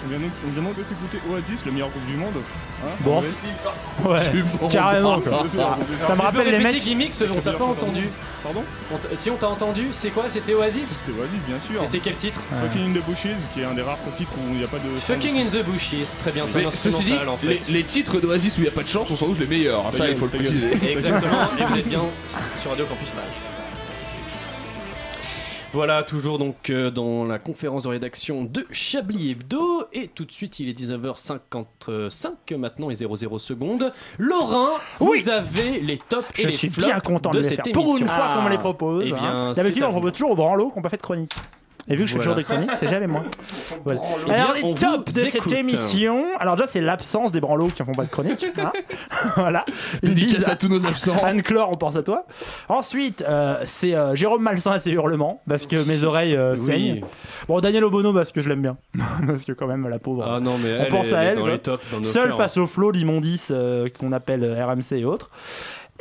Speaker 18: On vient donc- on vient donc de s'écouter Oasis, le meilleur groupe du monde. Hein,
Speaker 3: Bon.
Speaker 18: André
Speaker 3: Ouais,
Speaker 18: Tu me rends
Speaker 3: carrément,
Speaker 18: pas.
Speaker 3: quoi. Ah, ça
Speaker 18: Tu
Speaker 3: me
Speaker 18: peux
Speaker 3: rappelle les
Speaker 18: répéter
Speaker 3: mecs-
Speaker 1: Petit Gimmicks, on t'a pas entendu.
Speaker 18: Pardon
Speaker 1: On t'a- Si on t'a entendu, c'est quoi C'était Oasis
Speaker 18: C'était Oasis, bien sûr.
Speaker 1: Et c'est quel titre
Speaker 18: Fucking in the Bushes, qui est un des rares titres où il n'y a pas de.
Speaker 1: Fucking in the Bushes, très bien, c'est
Speaker 4: Mais
Speaker 1: un
Speaker 4: ceci dit,
Speaker 1: instrumental en fait.
Speaker 4: les, les titres d'Oasis où il n'y a pas de chance sont sans doute les meilleurs. hein,
Speaker 1: Ta
Speaker 4: Ça, il
Speaker 1: gueule,
Speaker 4: faut le
Speaker 1: ta gueule.
Speaker 4: préciser.
Speaker 1: Exactement, et vous êtes bien sur Radio Campus Paris. Voilà, toujours donc euh, dans la conférence de rédaction de Chablis Hebdo. Et tout de suite, il est 19h55 maintenant et 00 secondes. Laurin, vous avez les tops et
Speaker 3: Je
Speaker 1: les
Speaker 3: suis
Speaker 1: flops
Speaker 3: bien content de,
Speaker 1: de
Speaker 3: les
Speaker 1: cette
Speaker 3: faire.
Speaker 1: émission.
Speaker 3: Pour une fois qu'on me les propose.
Speaker 1: Eh bien,
Speaker 3: hein.
Speaker 1: c'est
Speaker 3: D'habitude,
Speaker 1: à
Speaker 3: on propose toujours au branlo qu'on n'a pas fait de chronique. Et vu que je fais
Speaker 1: Voilà.
Speaker 3: toujours des chroniques, c'est jamais moi. Voilà.
Speaker 1: Eh
Speaker 3: Alors,
Speaker 1: bien,
Speaker 3: les
Speaker 1: on
Speaker 3: tops
Speaker 1: vous
Speaker 3: de cette
Speaker 1: écoute.
Speaker 3: émission. Alors, déjà, c'est l'absence des branlos qui en font pas de chronique. hein. voilà.
Speaker 4: Dédicace
Speaker 3: Bise
Speaker 4: à tous nos absents.
Speaker 3: Anne-Clore, on pense à toi. Ensuite, euh, c'est euh, Jérôme Malsain et ses hurlements, parce que mes oreilles euh,
Speaker 1: Oui.
Speaker 3: saignent. Bon, Daniel Obono, parce que je l'aime bien. parce que, quand même, la pauvre.
Speaker 1: Ah non, mais
Speaker 3: on
Speaker 1: elle,
Speaker 3: pense
Speaker 1: elle
Speaker 3: à
Speaker 1: est
Speaker 3: elle.
Speaker 1: dans
Speaker 3: quoi.
Speaker 1: les tops, dans nos
Speaker 3: Seul
Speaker 1: cœurs. hein.
Speaker 3: face au flot d'immondices euh, qu'on appelle euh, RMC et autres.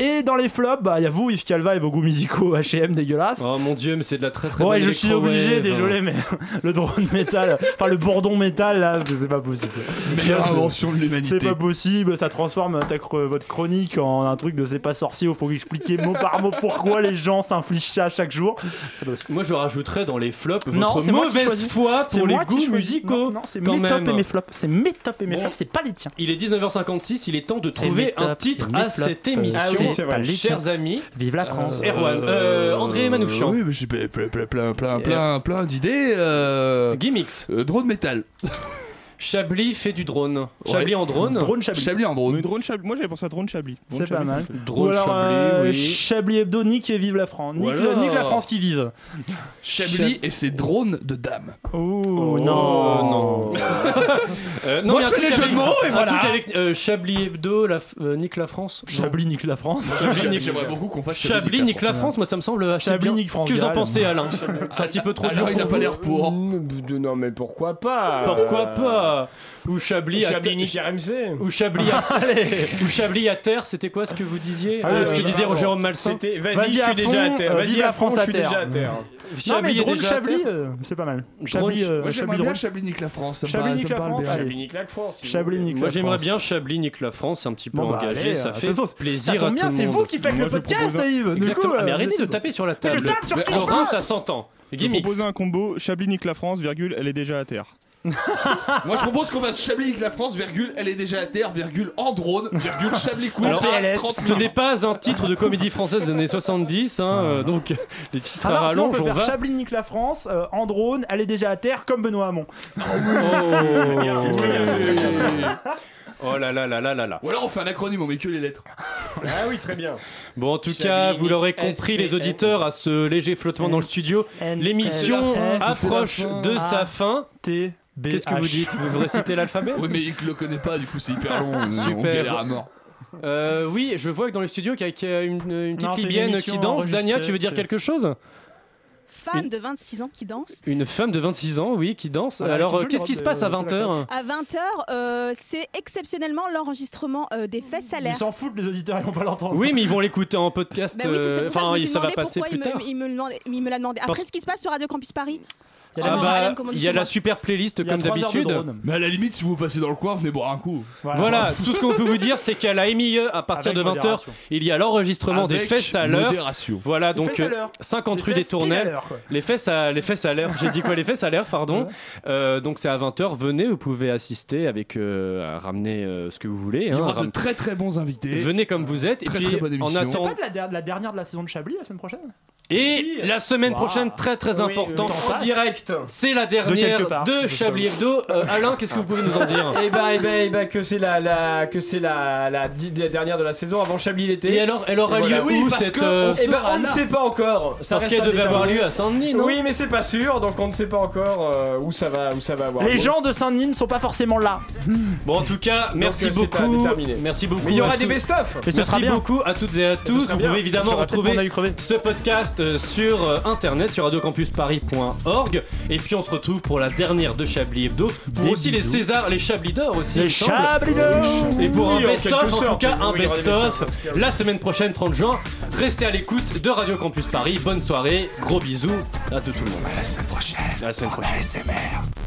Speaker 3: Et dans les flops, bah, il y a vous, Yves Calva et vos goûts musicaux HM dégueulasses.
Speaker 1: Oh mon dieu, mais c'est de la très très
Speaker 3: Bon,
Speaker 1: bonne
Speaker 3: et je suis
Speaker 1: électro-wave,
Speaker 3: obligé,
Speaker 1: hein.
Speaker 3: désolé, mais le drone métal, enfin le bourdon métal, là, c'est pas possible.
Speaker 4: Meilleure
Speaker 3: C'est-
Speaker 4: invention de l'humanité.
Speaker 3: C'est pas possible, ça transforme euh, ta cro- votre chronique en un truc de c'est pas sorcier où faut expliquer mot par mot pourquoi les gens s'infligent ça chaque jour.
Speaker 1: Moi, je rajouterais dans les flops
Speaker 3: non,
Speaker 1: votre
Speaker 3: c'est moi qui
Speaker 1: mauvaise
Speaker 3: choisis.
Speaker 1: foi
Speaker 3: C'est
Speaker 1: pour les
Speaker 3: moi qui
Speaker 1: goûts
Speaker 3: choisis.
Speaker 1: musicaux.
Speaker 3: Non, non, c'est
Speaker 1: quand
Speaker 3: mes tops
Speaker 1: même.
Speaker 3: et mes flops. C'est mes tops et mes
Speaker 1: Bon.
Speaker 3: flops, c'est pas les tiens.
Speaker 1: Il est 19h56, il est temps de trouver
Speaker 3: mes
Speaker 1: un
Speaker 3: tops,
Speaker 1: titre
Speaker 3: mes
Speaker 1: à
Speaker 3: flops.
Speaker 1: cette
Speaker 3: Ah oui,
Speaker 1: émission,
Speaker 3: c'est vrai.
Speaker 1: chers amis.
Speaker 3: Vive la France.
Speaker 1: Erwan, euh, André Manouchian.
Speaker 4: Oui, mais j'ai plein, plein, plein, plein, plein, plein, plein d'idées. Euh...
Speaker 1: Gimmicks.
Speaker 4: drone métal.
Speaker 1: Chablis fait du drone. Chablis en drone
Speaker 18: Drone Chablis.
Speaker 4: en drone.
Speaker 18: Mais drone Chablis. Moi j'avais pensé à drone Chablis. Drone
Speaker 3: C'est pas
Speaker 18: Chablis,
Speaker 3: mal.
Speaker 18: ça fait-
Speaker 3: Ou alors, euh, Chablis Hebdo, nique et vive la France. Nique,
Speaker 4: Ou
Speaker 3: le-
Speaker 4: alors-
Speaker 3: nique la France qui vive.
Speaker 4: Chablis et ses drones de dames.
Speaker 3: Oh,
Speaker 1: non. Euh, non,
Speaker 4: Moi,
Speaker 1: mais
Speaker 4: je
Speaker 1: un
Speaker 4: fais
Speaker 1: truc
Speaker 4: des jeux
Speaker 1: avec-
Speaker 4: de mots, et
Speaker 1: un
Speaker 4: voilà.
Speaker 1: truc avec euh, Chablis Hebdo, la, f- euh, Nique la France. Non.
Speaker 3: Chablis nique la France.
Speaker 1: Chablis nique-
Speaker 4: J'aimerais beaucoup qu'on fasse
Speaker 1: Chablis nique la France, moi ça me semble assez
Speaker 3: Chablis
Speaker 1: bien.
Speaker 3: nique France
Speaker 1: Que vous en
Speaker 3: Gall.
Speaker 1: pensez, Alain C'est un petit peu trop
Speaker 4: Alors,
Speaker 1: dur.
Speaker 4: il n'a
Speaker 1: pour
Speaker 4: pas
Speaker 1: vous.
Speaker 4: l'air pour.
Speaker 10: Non, mais pourquoi pas
Speaker 1: Pourquoi pas Ou Chablis à
Speaker 10: Chablis nique
Speaker 1: terre-
Speaker 10: RMC.
Speaker 1: Ou Chablis, à... Ou Chablis à terre, c'était quoi ce que vous disiez
Speaker 10: Ah oui,
Speaker 1: Euh, Ce que
Speaker 10: oui,
Speaker 1: disait
Speaker 10: pardon.
Speaker 1: Jérôme Malsain
Speaker 10: C'était, vas-y, Vas-y, je suis à déjà fond, à terre. euh, Vas-y, vive à la fond, France je suis à terre. déjà à terre.
Speaker 3: Non, mais
Speaker 1: Chablis est
Speaker 3: drone
Speaker 1: déjà à
Speaker 3: Chablis,
Speaker 1: terre.
Speaker 3: euh, c'est pas mal.
Speaker 1: Drone-
Speaker 3: Chablis, euh,
Speaker 1: Moi,
Speaker 4: J'aimerais
Speaker 3: Chablis
Speaker 4: bien
Speaker 3: drone.
Speaker 4: Chablis nique la France. ça me
Speaker 3: Chablis
Speaker 4: parle-
Speaker 3: nique
Speaker 4: ça me
Speaker 3: la
Speaker 4: parle
Speaker 3: France,
Speaker 4: bien.
Speaker 3: allez.
Speaker 10: nique la France.
Speaker 3: Chablis nique
Speaker 1: Moi
Speaker 3: la
Speaker 1: j'aimerais
Speaker 3: France.
Speaker 1: bien Chablis nique la France, c'est un petit peu
Speaker 3: Bon, bah,
Speaker 1: engagé,
Speaker 3: allez,
Speaker 1: ça
Speaker 3: euh,
Speaker 1: fait
Speaker 3: ça tombe-
Speaker 1: plaisir
Speaker 3: ça tombe
Speaker 1: à tout
Speaker 3: bien,
Speaker 1: le
Speaker 3: c'est
Speaker 1: monde.
Speaker 3: vous qui faites Moi, le je podcast, propose un- Yves. Du
Speaker 1: Exactement.
Speaker 3: coup, euh,
Speaker 1: mais arrêtez de
Speaker 3: mettez-vous.
Speaker 1: taper sur la table.
Speaker 3: tape sur
Speaker 1: Mais
Speaker 3: qui je
Speaker 1: Laurent,
Speaker 3: tape
Speaker 1: ça s'entend.
Speaker 18: Je
Speaker 1: Gimmicks.
Speaker 18: propose un combo Chablis nique la France, virgule, elle est déjà à terre.
Speaker 4: Moi je propose qu'on fasse Chablis nique la France, virgule, elle est déjà à terre, virgule, en drone, virgule, Chablis court,
Speaker 1: Alors,
Speaker 4: passe,
Speaker 1: ce
Speaker 4: 30
Speaker 1: n'est pas un titre de comédie française des années 70, hein, euh, donc les titres
Speaker 3: Ah
Speaker 1: à
Speaker 3: non, sinon, on
Speaker 1: rallonge,
Speaker 3: peut
Speaker 1: on,
Speaker 3: faire
Speaker 1: va.
Speaker 3: Chablis nique la France, euh, en drone, elle est déjà à terre comme Benoît Hamon.
Speaker 1: Oh là là là là là là.
Speaker 4: Ou alors on fait un acronyme, on met que les lettres.
Speaker 10: Ah oui, très bien.
Speaker 1: Bon, en tout
Speaker 4: Chablis,
Speaker 1: cas, vous l'aurez
Speaker 4: S,
Speaker 1: compris,
Speaker 4: C,
Speaker 1: les auditeurs, à ce léger flottement dans le studio,
Speaker 3: N,
Speaker 1: l'émission
Speaker 3: L, F,
Speaker 1: approche
Speaker 3: c'est la fin.
Speaker 1: de
Speaker 3: A,
Speaker 1: sa fin.
Speaker 3: T, B,
Speaker 1: Qu'est-ce que
Speaker 3: H.
Speaker 1: vous dites Vous récitez l'alphabet
Speaker 4: Oui, mais il le connaît pas, du coup c'est hyper long. on- On galère à
Speaker 1: Super.
Speaker 4: mort.
Speaker 1: Euh, oui, je vois que dans le studio qu'il y a qu'il y a une, une petite
Speaker 3: Non, c'est une
Speaker 1: Libyenne
Speaker 3: émission
Speaker 1: qui danse. Dania, tu veux dire
Speaker 3: enregistrée,
Speaker 1: quelque chose
Speaker 19: Femme
Speaker 1: Une-
Speaker 19: de 26 ans qui danse.
Speaker 1: Une femme de 26 ans, oui, qui danse.
Speaker 3: Voilà,
Speaker 1: Alors,
Speaker 3: tu peux
Speaker 1: euh,
Speaker 3: le
Speaker 1: qu'est-ce qui se
Speaker 3: rendre,
Speaker 1: passe à
Speaker 3: euh, de la
Speaker 1: 20h
Speaker 19: À 20h, c'est exceptionnellement l'enregistrement euh, des
Speaker 10: Mmh.
Speaker 19: faits
Speaker 3: Ils
Speaker 19: salaires.
Speaker 3: s'en foutent, les auditeurs, ils vont pas l'entendre.
Speaker 1: Oui, mais ils vont l'écouter en podcast.
Speaker 19: Ben oui, c'est
Speaker 1: euh,
Speaker 19: pour ça que je
Speaker 1: Enfin,
Speaker 19: me suis
Speaker 1: ça va
Speaker 19: demandé
Speaker 1: passer
Speaker 19: pourquoi il
Speaker 1: plus
Speaker 19: me-
Speaker 1: tard.
Speaker 19: il me le demandait- il me l'a demandé. Après
Speaker 1: Parce-
Speaker 19: ce qui se passe sur Radio Campus Paris.
Speaker 1: Il y
Speaker 19: Oh
Speaker 1: a,
Speaker 19: non,
Speaker 1: bah,
Speaker 19: j'aime, comme on dit
Speaker 1: il y a
Speaker 19: chez
Speaker 1: la
Speaker 19: moi.
Speaker 1: super playlist comme d'habitude.
Speaker 4: Mais à la limite, si vous passez dans le coin, venez boire un coup.
Speaker 1: Voilà, tout ce qu'on peut vous dire, c'est qu'à la MIE, à partir
Speaker 4: Avec
Speaker 1: de 20h,
Speaker 4: modération.
Speaker 1: il y a l'enregistrement des
Speaker 4: Avec
Speaker 1: fesses à l'heure.
Speaker 4: modération.
Speaker 1: Voilà,
Speaker 4: Des
Speaker 1: donc
Speaker 4: fesses à
Speaker 1: euh,
Speaker 4: l'heure.
Speaker 1: 50
Speaker 4: Des
Speaker 1: rue des
Speaker 4: fesses pile à
Speaker 1: Tournelles.
Speaker 4: l'heure, quoi.
Speaker 1: Les fesses à, les fesses à l'heure. J'ai dit quoi Les fesses à l'heure, pardon. Euh, donc c'est à 20h. Venez, vous pouvez assister avec euh, à ramener euh, ce que vous voulez.
Speaker 4: Il y
Speaker 1: hein,
Speaker 4: aura de
Speaker 1: ram-
Speaker 4: très très bons invités.
Speaker 1: Venez comme vous êtes.
Speaker 4: Très,
Speaker 1: et puis
Speaker 4: très bonne
Speaker 1: en
Speaker 4: émission.
Speaker 3: C'est
Speaker 1: attendant.
Speaker 3: pas de la, der- la dernière de la saison de Chablis la semaine prochaine
Speaker 1: Et la semaine
Speaker 3: Wow.
Speaker 1: prochaine, très très
Speaker 3: Oui,
Speaker 1: important,
Speaker 3: le temps passe.
Speaker 1: en direct, c'est la
Speaker 3: quelque
Speaker 1: dernière
Speaker 3: part.
Speaker 1: de,
Speaker 3: De
Speaker 1: Chablis Hebdo. Euh, Alain, qu'est-ce que vous pouvez nous en dire
Speaker 10: Eh bah, eh bah, eh bah, que c'est la, la, que c'est la, la, di- la dernière de la saison avant Chablis l'été.
Speaker 1: Et alors, elle aura
Speaker 10: Et
Speaker 1: lieu où,
Speaker 10: parce
Speaker 1: cette,
Speaker 10: que
Speaker 1: euh,
Speaker 10: on, eh bah,
Speaker 1: sera
Speaker 10: on ne
Speaker 1: là.
Speaker 10: sait pas encore. Ça
Speaker 1: Parce
Speaker 10: reste
Speaker 1: qu'elle
Speaker 10: à
Speaker 1: devait avoir
Speaker 10: déterminer.
Speaker 1: lieu à Saint-Denis, non
Speaker 10: Oui, mais c'est pas sûr, donc on ne sait pas encore euh, où ça va, où ça va avoir.
Speaker 3: Les
Speaker 10: Bon.
Speaker 3: gens de Saint-Denis ne sont pas forcément là.
Speaker 1: Bon, en tout cas, merci
Speaker 10: euh, c'est pas
Speaker 1: beaucoup.
Speaker 10: déterminé.
Speaker 1: Merci beaucoup.
Speaker 10: Mais il y aura
Speaker 1: à
Speaker 10: des
Speaker 1: tous-
Speaker 10: best-of. Et ce
Speaker 1: Merci
Speaker 10: sera bien.
Speaker 1: beaucoup à toutes et à tous.
Speaker 10: sera
Speaker 1: Vous
Speaker 10: bien.
Speaker 1: pouvez évidemment
Speaker 10: J'aurais peut-être
Speaker 1: retrouver
Speaker 10: mon œil
Speaker 1: ce podcast euh, sur euh, internet sur radiocampusparis.org. Et puis on se retrouve pour la dernière de Chablis Hebdo. Pour
Speaker 3: Des
Speaker 1: aussi les
Speaker 3: bisous.
Speaker 1: Césars, les Chablis d'or aussi.
Speaker 3: Les
Speaker 1: il me semble.
Speaker 3: Chablis d'or.
Speaker 1: Et pour un
Speaker 3: Oui, en
Speaker 1: best-of,
Speaker 3: quelque
Speaker 1: en tout
Speaker 3: sorte.
Speaker 1: cas,
Speaker 3: Oui,
Speaker 1: un
Speaker 3: il y aura des
Speaker 1: best-of
Speaker 3: best-of.
Speaker 1: la semaine prochaine, 30 juin. Restez à l'écoute de Radio Campus Paris. Bonne soirée, gros bisous à tout, tout le monde. À la semaine prochaine. À la semaine prochaine.